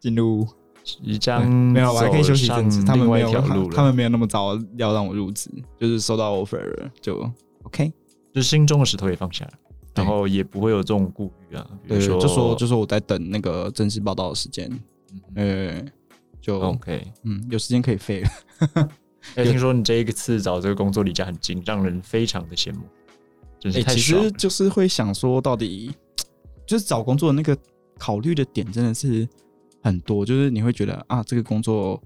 Speaker 1: 进入
Speaker 2: 即将
Speaker 1: 没有，我啊还可以休息一阵子，他们
Speaker 2: 嗯另外
Speaker 1: 没
Speaker 2: 一
Speaker 1: 有
Speaker 2: 条路
Speaker 1: 他
Speaker 2: 了，
Speaker 1: 们没有那么早要让我入职，就是收到 offer 了就 OK，
Speaker 2: 就是心中的石头也放下了，
Speaker 1: 对
Speaker 2: 然后也不会有这种顾虑啊，比
Speaker 1: 对，
Speaker 2: 如
Speaker 1: 就说就是说我在等那个正式报道的时间，呃，就
Speaker 2: 嗯 OK，
Speaker 1: 嗯有时间可以飞了，
Speaker 2: 哎，听说你这一个次找这个工作离家很近，让人非常的羡慕，真是
Speaker 1: 哎、
Speaker 2: 太
Speaker 1: 其
Speaker 2: 爽了
Speaker 1: 实。就是会想说，到底就是找工作的那个考虑的点真的是很多，就是你会觉得啊，这个工作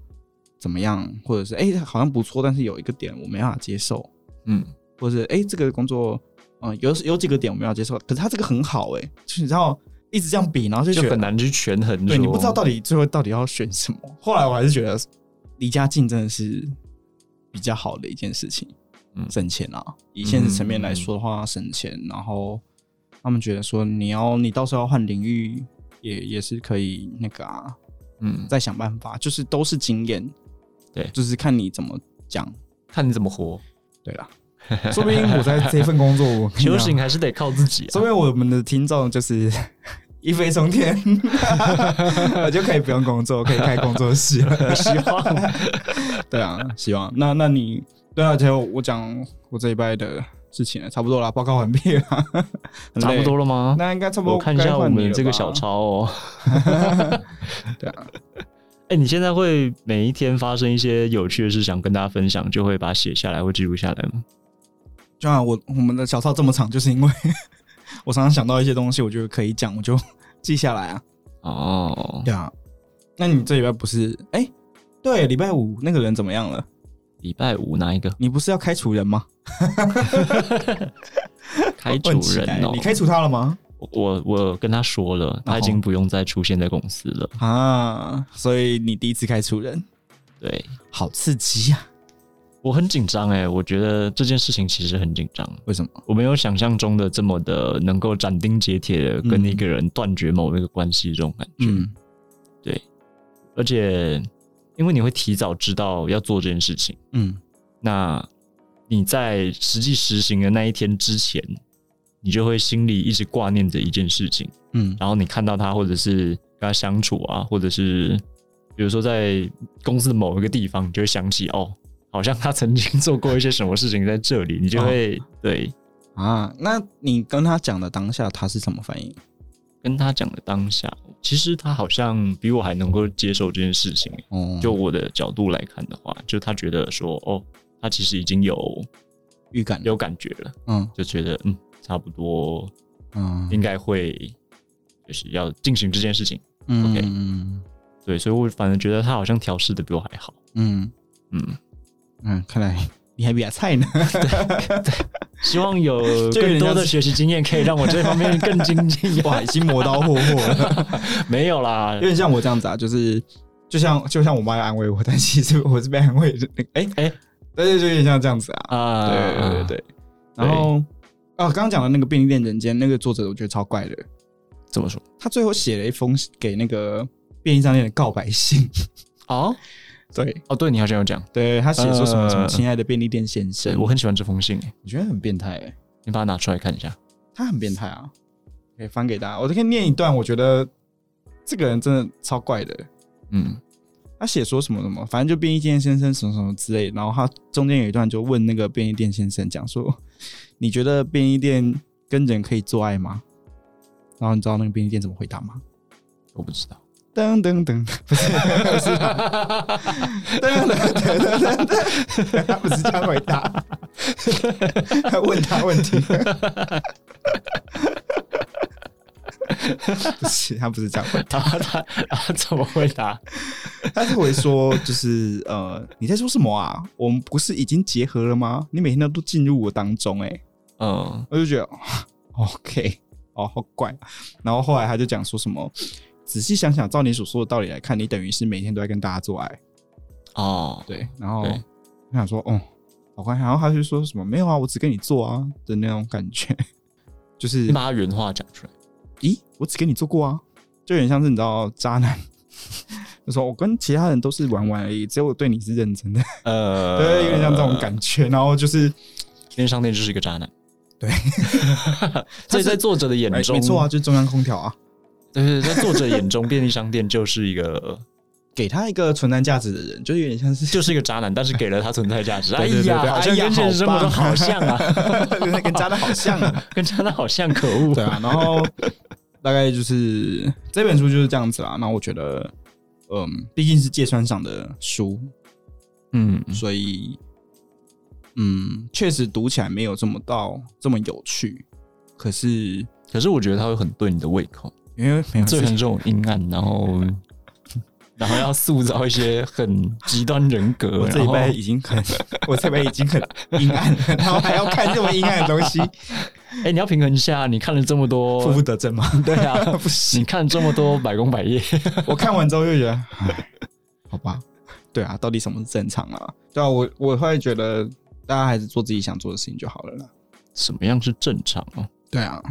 Speaker 1: 怎么样，或者是哎、好像不错，但是有一个点我没办法接受，
Speaker 2: 嗯，
Speaker 1: 或者是哎、这个工作嗯、呃有有几个点我没办法接受，可是他这个很好哎、就是你知道一直这样比，然后就
Speaker 2: 就
Speaker 1: 觉得
Speaker 2: 很难去权衡。
Speaker 1: 对
Speaker 2: 说
Speaker 1: 你不知道到底最后到底要选 什么。后来我还是觉得离家近真的是比较好的一件事情，
Speaker 2: 嗯
Speaker 1: 省钱啊。以现实层面来说的话，省钱。然后他们觉得说，你要你到时候要换领域，也也是可以那个啊，
Speaker 2: 嗯，
Speaker 1: 再想办法，就是都是经验，
Speaker 2: 对
Speaker 1: 就是看你怎么讲。
Speaker 2: 看你怎么活，
Speaker 1: 对 啦，说不定我在这份工作，我 跟你啊
Speaker 2: 修
Speaker 1: 讲
Speaker 2: 行还是得靠自己啊
Speaker 1: 说。明我们的听众就是 一飞冲天， 我就可以不用工作，可以开工作室 了。希望， 对啊，希望。那那你对啊，就我讲我这一拜的事情了，差不多了，报告完毕了， 很
Speaker 2: 差
Speaker 1: 累
Speaker 2: 不多。了吗？
Speaker 1: 那应该差不多。
Speaker 2: 我看一下我们这个小，抄哦。
Speaker 1: 对 啊，
Speaker 2: 哎、你现在会每一天发生一些有趣的事，想跟大家分享，就会把它写下来或记录下来吗？
Speaker 1: 就像我我们的小套这么长，就是因为 我常常想到一些东西，我觉得可以讲，我就记下来啊。
Speaker 2: 哦，
Speaker 1: 对啊，那你这礼拜不是？哎、对，礼拜五那个人怎么样了？
Speaker 2: 礼拜五哪一 个
Speaker 1: 你不是要开除人吗？
Speaker 2: 开除
Speaker 1: 我很期待
Speaker 2: 人哦？
Speaker 1: 你开除他了吗？
Speaker 2: 我我跟他说了，他
Speaker 1: 哦
Speaker 2: 已经不用再出现在公司了。
Speaker 1: 啊，所以你第一次开除人，
Speaker 2: 对
Speaker 1: 好刺激啊呀、
Speaker 2: 我很紧张哎，我觉得这件事情其实很紧张，
Speaker 1: 为什么？
Speaker 2: 我没有想象中的这么的能够斩钉截铁的跟
Speaker 1: 嗯
Speaker 2: 一个人断绝某一个关系这种感觉。
Speaker 1: 嗯
Speaker 2: 而且因为你会提早知道要做这件事情，
Speaker 1: 嗯
Speaker 2: 那你在实际实行的那一天之前，你就会心里一直挂念着一件事情，
Speaker 1: 嗯
Speaker 2: 然后你看到他，或者是跟他相处啊，或者是比如说在公司的某一个地方，你就会想起哦，好像他曾经做过一些什么事情在这里，你就会、对
Speaker 1: 啊，那你跟他讲的当下，他是什么反应？
Speaker 2: 跟他讲的当下，其实他好像比我还能够接受这件事情。
Speaker 1: 哦，
Speaker 2: 就我的角度来看的话，就他觉得说哦，他其实已经有
Speaker 1: 预感，
Speaker 2: 有感觉了，
Speaker 1: 嗯
Speaker 2: 就觉得嗯，差不多
Speaker 1: 嗯
Speaker 2: 应该会就是要进行这件事情。
Speaker 1: 嗯
Speaker 2: OK
Speaker 1: 嗯
Speaker 2: 对，所以我反正觉得他好像调试的比我还好。
Speaker 1: 嗯
Speaker 2: 嗯，
Speaker 1: 嗯，看来你还比他菜 呢。
Speaker 2: 希望有
Speaker 1: 就有
Speaker 2: 更
Speaker 1: 点
Speaker 2: 多
Speaker 1: 像
Speaker 2: 的
Speaker 1: 是
Speaker 2: 学习经验，可以让我这方面更精进。
Speaker 1: 哇，已经磨刀霍霍了，
Speaker 2: 没有啦
Speaker 1: 有，点像我这样子啊，就是就像就像我妈要安慰我，但其实我是被安慰的 那个。哎、
Speaker 2: 哎
Speaker 1: 对对，就有点像这样子啊。
Speaker 2: 啊，
Speaker 1: 对对对，对。然后啊，刚刚讲的那个便利店人间那个作者，我觉得超怪的。
Speaker 2: 怎么说？
Speaker 1: 他最后写了一封给那个便利商店的告白信，
Speaker 2: 哦
Speaker 1: 对
Speaker 2: 哦，对你好像有讲，
Speaker 1: 对，他写说什么什么“
Speaker 2: 呃
Speaker 1: 亲爱的便利店先生
Speaker 2: 对”，我很喜欢这封信，哎
Speaker 1: 我觉得很变态、欸，
Speaker 2: 你把它拿出来看一下。
Speaker 1: 他很变态啊！可以翻给大家，我就可以念一段，我觉得这个人真的超怪的。
Speaker 2: 嗯，
Speaker 1: 他写说什么什么，反正就便利店先生什么什么之类的。然后他中间有一段就问那个便利店先生讲说：“ 你觉得便利店跟人可以做爱吗？”然后你知道那个便利店怎么回答吗？
Speaker 2: 我不知道。
Speaker 1: 噔噔噔，不是，不是噔噔噔噔噔，他不是这样回答，还问他问题，不是，他不是这样回
Speaker 2: 他他他怎么回答？
Speaker 1: 答，他是会说，就是呃，你在说什么啊？我们不是已经结合了吗？你每天都进入我当中、欸，
Speaker 2: 嗯，
Speaker 1: 我就觉得 哦 OK，哦好怪。然后后来他就讲说什么，仔细想想，照你所说的道理来看，你等于是每天都在跟大家做爱。
Speaker 2: 哦，
Speaker 1: 对，然后
Speaker 2: 对
Speaker 1: 我想说，哦，好快，然后他就说什么没有啊，我只跟你做啊的那种感觉，就是
Speaker 2: 你把他原话讲出来。
Speaker 1: 咦，我只跟你做过啊，就有点像是你知道渣男，就说我跟其他人都是玩玩而已，只有我对你是认真的，
Speaker 2: 呃
Speaker 1: 对，有点像这种感觉，然后就是
Speaker 2: 便利商店就是一个渣男。
Speaker 1: 对，
Speaker 2: 所以在作者的眼
Speaker 1: 哎
Speaker 2: 中，
Speaker 1: 没错啊，，就是中央空调啊，
Speaker 2: 对对，对在作者眼中，便利商店就是一个
Speaker 1: 给他一个存在价值的人，就有点像是
Speaker 2: 就是一个渣男，但是给了他存在价值。哎
Speaker 1: 对对对
Speaker 2: 呀，
Speaker 1: 对好
Speaker 2: 哎
Speaker 1: 像
Speaker 2: 呀，跟现实生活中
Speaker 1: 好
Speaker 2: 好
Speaker 1: 棒
Speaker 2: 像 啊，
Speaker 1: 跟渣男好像啊。
Speaker 2: 跟渣男好像，可恶。
Speaker 1: 对啊，然后大概就是这本书就是这样子啦。那我觉得，嗯，毕竟是芥川赏的书，
Speaker 2: 嗯，
Speaker 1: 所以，嗯，确实读起来没有这么到这么有趣。可是
Speaker 2: 可是我觉得它会很对你的胃口，
Speaker 1: 因为没有
Speaker 2: 最
Speaker 1: 这
Speaker 2: 很
Speaker 1: 个
Speaker 2: 这种阴暗，然后然后要塑造一些很极端人格，
Speaker 3: 我这
Speaker 2: 然
Speaker 3: 一
Speaker 2: 后
Speaker 3: 辈已经 很，我这一辈已经很阴暗了，然后还要看这么阴暗的东西，
Speaker 2: 哎、你要平衡一下，你看了这么多，
Speaker 3: 负负得正吗？
Speaker 2: 对 啊，
Speaker 3: 不行，
Speaker 2: 你看这么多百工百业，
Speaker 3: 我看完之后就觉得，
Speaker 1: 好吧？对啊，到底什么是正常啊？对啊，我我会觉得大家还是做自己想做的事情就好了啦。
Speaker 2: 什么样是正常啊？
Speaker 1: 对啊，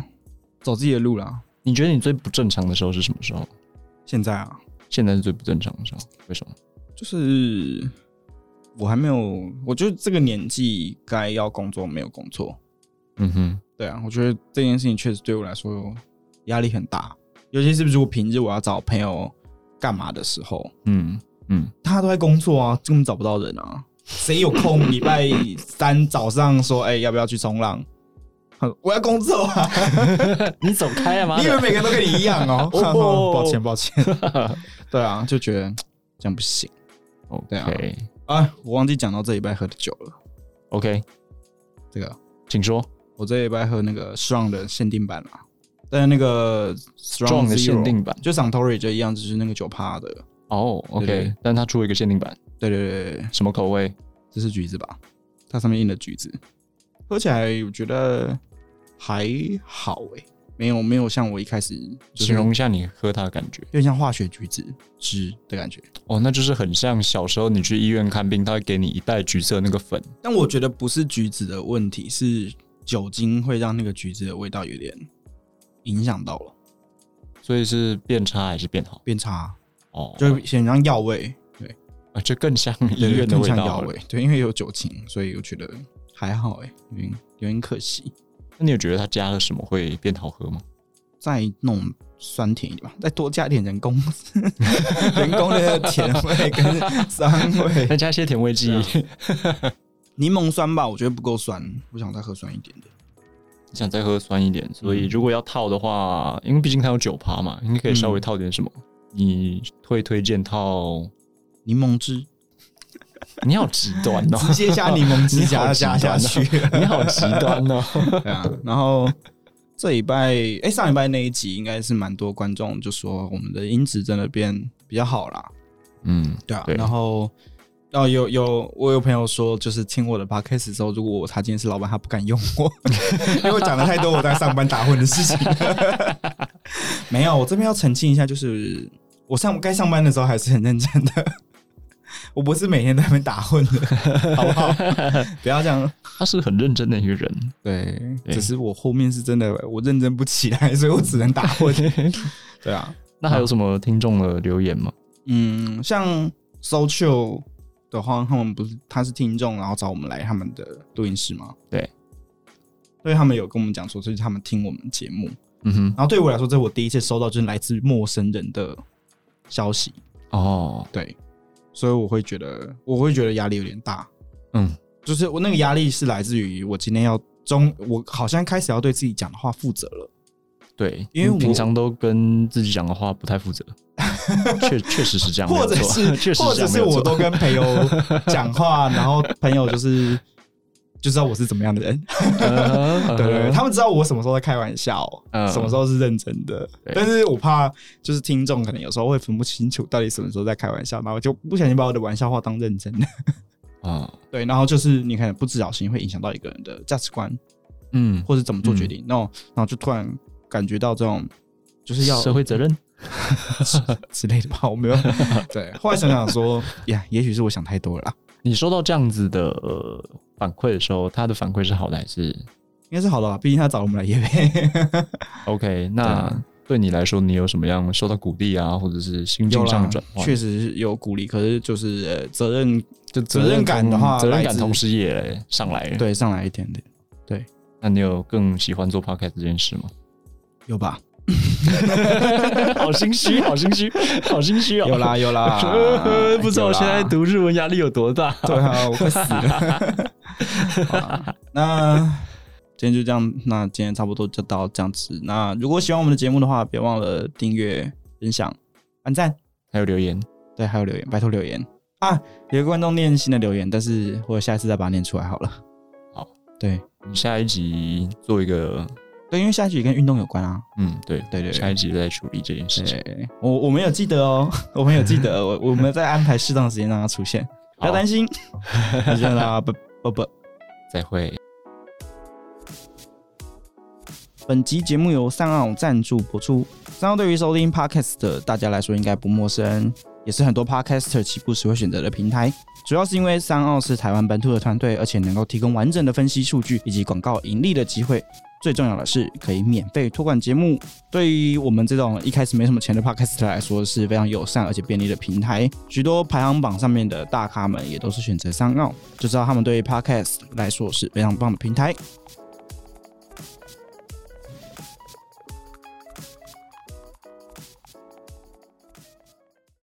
Speaker 1: 走自己的路啦。
Speaker 2: 你觉得你最不正常的时候是什么时候？
Speaker 1: 现在啊，
Speaker 2: 现在是最不正常的时候，为什么？
Speaker 1: 就是我还没有，我觉得这个年纪该要工作没有工作。
Speaker 2: 嗯哼，
Speaker 1: 对啊，我觉得这件事情确实对我来说压力很大，尤其是如果平日我要找朋友干嘛的时候，
Speaker 2: 嗯嗯，
Speaker 1: 大家都在工作啊，根本找不到人啊，谁有空礼拜三早上说，哎、要不要去冲浪？他说我要工作啊！
Speaker 2: 你走开啊妈
Speaker 1: 你以为
Speaker 2: 的！
Speaker 1: 每个人都跟你一样哦？
Speaker 2: 哦
Speaker 1: 抱歉，抱歉。对啊，就觉得这样不行
Speaker 2: OK
Speaker 1: 对啊啊！我忘记讲到这礼拜喝的酒了，
Speaker 2: OK，
Speaker 1: 这个
Speaker 2: 请说。
Speaker 1: 我这礼拜喝那个 Strong 的限定版啦，但是那个 Strong
Speaker 2: Strong 的
Speaker 1: Zero
Speaker 2: 限定版
Speaker 1: 就 Santori 就一样，就是那个酒趴的。
Speaker 2: 哦，OK、
Speaker 1: 对
Speaker 2: o
Speaker 1: 对
Speaker 2: k 但他出了一个限定版，
Speaker 1: 对对对对，
Speaker 2: 什么口味？
Speaker 1: 这是橘子吧？它上面印的橘子，喝起来我觉得还好诶、没有没有像我一开始就是
Speaker 2: 形容一下你喝它的感觉。
Speaker 1: 有点像化学橘子汁的感觉，
Speaker 2: 哦，那就是很像小时候你去医院看病，他会给你一袋橘色那个粉。
Speaker 1: 但我觉得不是橘子的问题，是酒精会让那个橘子的味道有点影响到了，
Speaker 2: 所以是变差还是变好？
Speaker 1: 变差，
Speaker 2: 哦，
Speaker 1: 就显像药味，对，
Speaker 2: 啊，就更像医
Speaker 1: 对
Speaker 2: 院的
Speaker 1: 更
Speaker 2: 味
Speaker 1: 像
Speaker 2: 道
Speaker 1: 药
Speaker 2: 了。
Speaker 1: 味，对，因为有酒精，所以我觉得还好诶、有点有点可惜，
Speaker 2: 那你有觉得它加了什么会变好喝吗？
Speaker 1: 再弄酸甜一点吧，再多加一点人工 人工的甜味跟酸味，
Speaker 2: 再加一些甜味剂，
Speaker 1: 柠檬酸吧，我觉得不够酸，我想再喝酸一点的。
Speaker 2: 想再喝酸一点。所以如果要套的话，因为毕竟它有酒趴嘛，应该可以稍微套点什么。你会推荐套？
Speaker 1: 柠檬汁，
Speaker 2: 你好极端哦！
Speaker 1: 直接加柠檬
Speaker 2: 你
Speaker 1: 汁加
Speaker 2: 好极端
Speaker 1: 加
Speaker 2: 哦
Speaker 1: 下去。
Speaker 2: 你好极端哦！
Speaker 1: 对啊，然后这礼拜，哎、上礼拜那一集应该是蛮多观众就说我们的音质真的变比较好啦。
Speaker 2: 嗯，
Speaker 1: 对啊，
Speaker 2: 对
Speaker 1: 然后。哦，有有，我有朋友说，就是听我的 podcast 的时候，如果他今天是老板，他不敢用我， 因为我讲了太多我在上班打混的事情。 没有，我这边要澄清一下，就是我上该上班的时候还是很认真的，我不是每天在那边打混的，好不好？ 不要这样，
Speaker 2: 他是很认真的一个人。
Speaker 1: 对，
Speaker 2: 对
Speaker 1: 只是我后面是真的我认真不起来，所以我只能打 混。对啊，
Speaker 2: 那还有什么听众的留言吗？
Speaker 1: 嗯，像 Social 的话，他们不是他是听众，然后找我们来他们的录音室吗？
Speaker 2: 对，
Speaker 1: 所以他们有跟我们讲说，这是他们听我们节目。
Speaker 2: 嗯哼，
Speaker 1: 然后对我来说，这是我第一次收到就是来自陌生人的消息，
Speaker 2: 哦，
Speaker 1: 对，所以我会觉得我会觉得压力有点大，
Speaker 2: 嗯，
Speaker 1: 就是我那个压力是来自于我今天要中，我好像开始要对自己讲的话负责了。
Speaker 2: 对，
Speaker 1: 因为
Speaker 2: 你平
Speaker 1: 我
Speaker 2: 常都跟自己讲的话不 太负责，确确实是这样，
Speaker 1: 或者
Speaker 2: 没有错
Speaker 1: 是
Speaker 2: 确实
Speaker 1: 或
Speaker 2: 这
Speaker 1: 者
Speaker 2: 样，
Speaker 1: 是
Speaker 2: 没有错
Speaker 1: 我都跟朋友讲话，然后朋友就是就知道我是怎么样的人，
Speaker 2: 嗯哼
Speaker 1: 对对对，
Speaker 2: 嗯哼
Speaker 1: 他们知道我什么时候在开玩笑，
Speaker 2: 嗯
Speaker 1: 什么时候是认真的
Speaker 2: 对，
Speaker 1: 但是我怕就是听众可能有时候会分不清楚到底什么时候在开玩笑，然后就不小心把我的玩笑话当认真 的，
Speaker 2: 啊，
Speaker 1: 对，然后就是你可能不小心会影响到一个人的价值观
Speaker 2: 嗯，
Speaker 1: 或者怎么做决定，然后然后就突然感觉到这种就是要
Speaker 2: 社会责任，
Speaker 1: 之类的吧，我没 有对，后来想想说呀，也许是我想太多了啦。
Speaker 2: 你收到这样子的呃反馈的时候，他的反馈是好的还是
Speaker 1: 应该是好的吧，毕竟他找我们来夜配。
Speaker 2: OK？那对你来说，你有什么样受到鼓励啊，或者是心境上的转换？
Speaker 1: 确实是有鼓励，可是就是、呃、责任
Speaker 2: 就
Speaker 1: 责任感的话
Speaker 2: 责任
Speaker 1: 来
Speaker 2: 感
Speaker 1: 自
Speaker 2: 同时也上来了。，
Speaker 1: 对上来一点点，
Speaker 2: 那你有更喜欢做 podcast 这件事吗？
Speaker 1: 有吧？
Speaker 2: 好心 虚，好心虚，好心虚啊！
Speaker 1: 有啦有 啦，
Speaker 2: 不知道我
Speaker 1: 有啦
Speaker 2: 现在读日文压力有多大。
Speaker 1: 对啊，我快死了。 好啦那今天就这样，那今天差不多就到这样子。那如果喜欢我们的节目的话，别忘了订阅、分享、按赞，
Speaker 2: 还有留言，
Speaker 1: 对，还有留言，拜托留言。啊，有个观众念新的留言，但是我下一次再把它念出来好了。
Speaker 2: 好，
Speaker 1: 对
Speaker 2: 你下一集做一个，
Speaker 1: 对，因为下一集跟运动有关啊。
Speaker 2: 嗯，对
Speaker 1: 对对对
Speaker 2: 下一集再处理这件事情。
Speaker 1: 对，我我们有记得哦， 我们有记得，我我们在安排适当的时间让它出现，不要
Speaker 2: 好
Speaker 1: 担 心。那就让它不不不。
Speaker 2: 再会。
Speaker 1: 本集节目由三奥赞助播出。三奥对于收听 Podcast 的大家来说应该不陌生，也是很多 Podcaster 起步时会选择的平台。主要是因为三奥是台湾本土的团队，而且能够提供完整的分析数据以及广告盈利的机会。最重要的是，可以免费托管节目，对于我们这种一开始没什么钱的 Podcast 来说是非常友善而且便利的平台。许多排行榜上面的大咖们也都是选择三奥，就知道他们对于 Podcast 来说是非常棒的平台。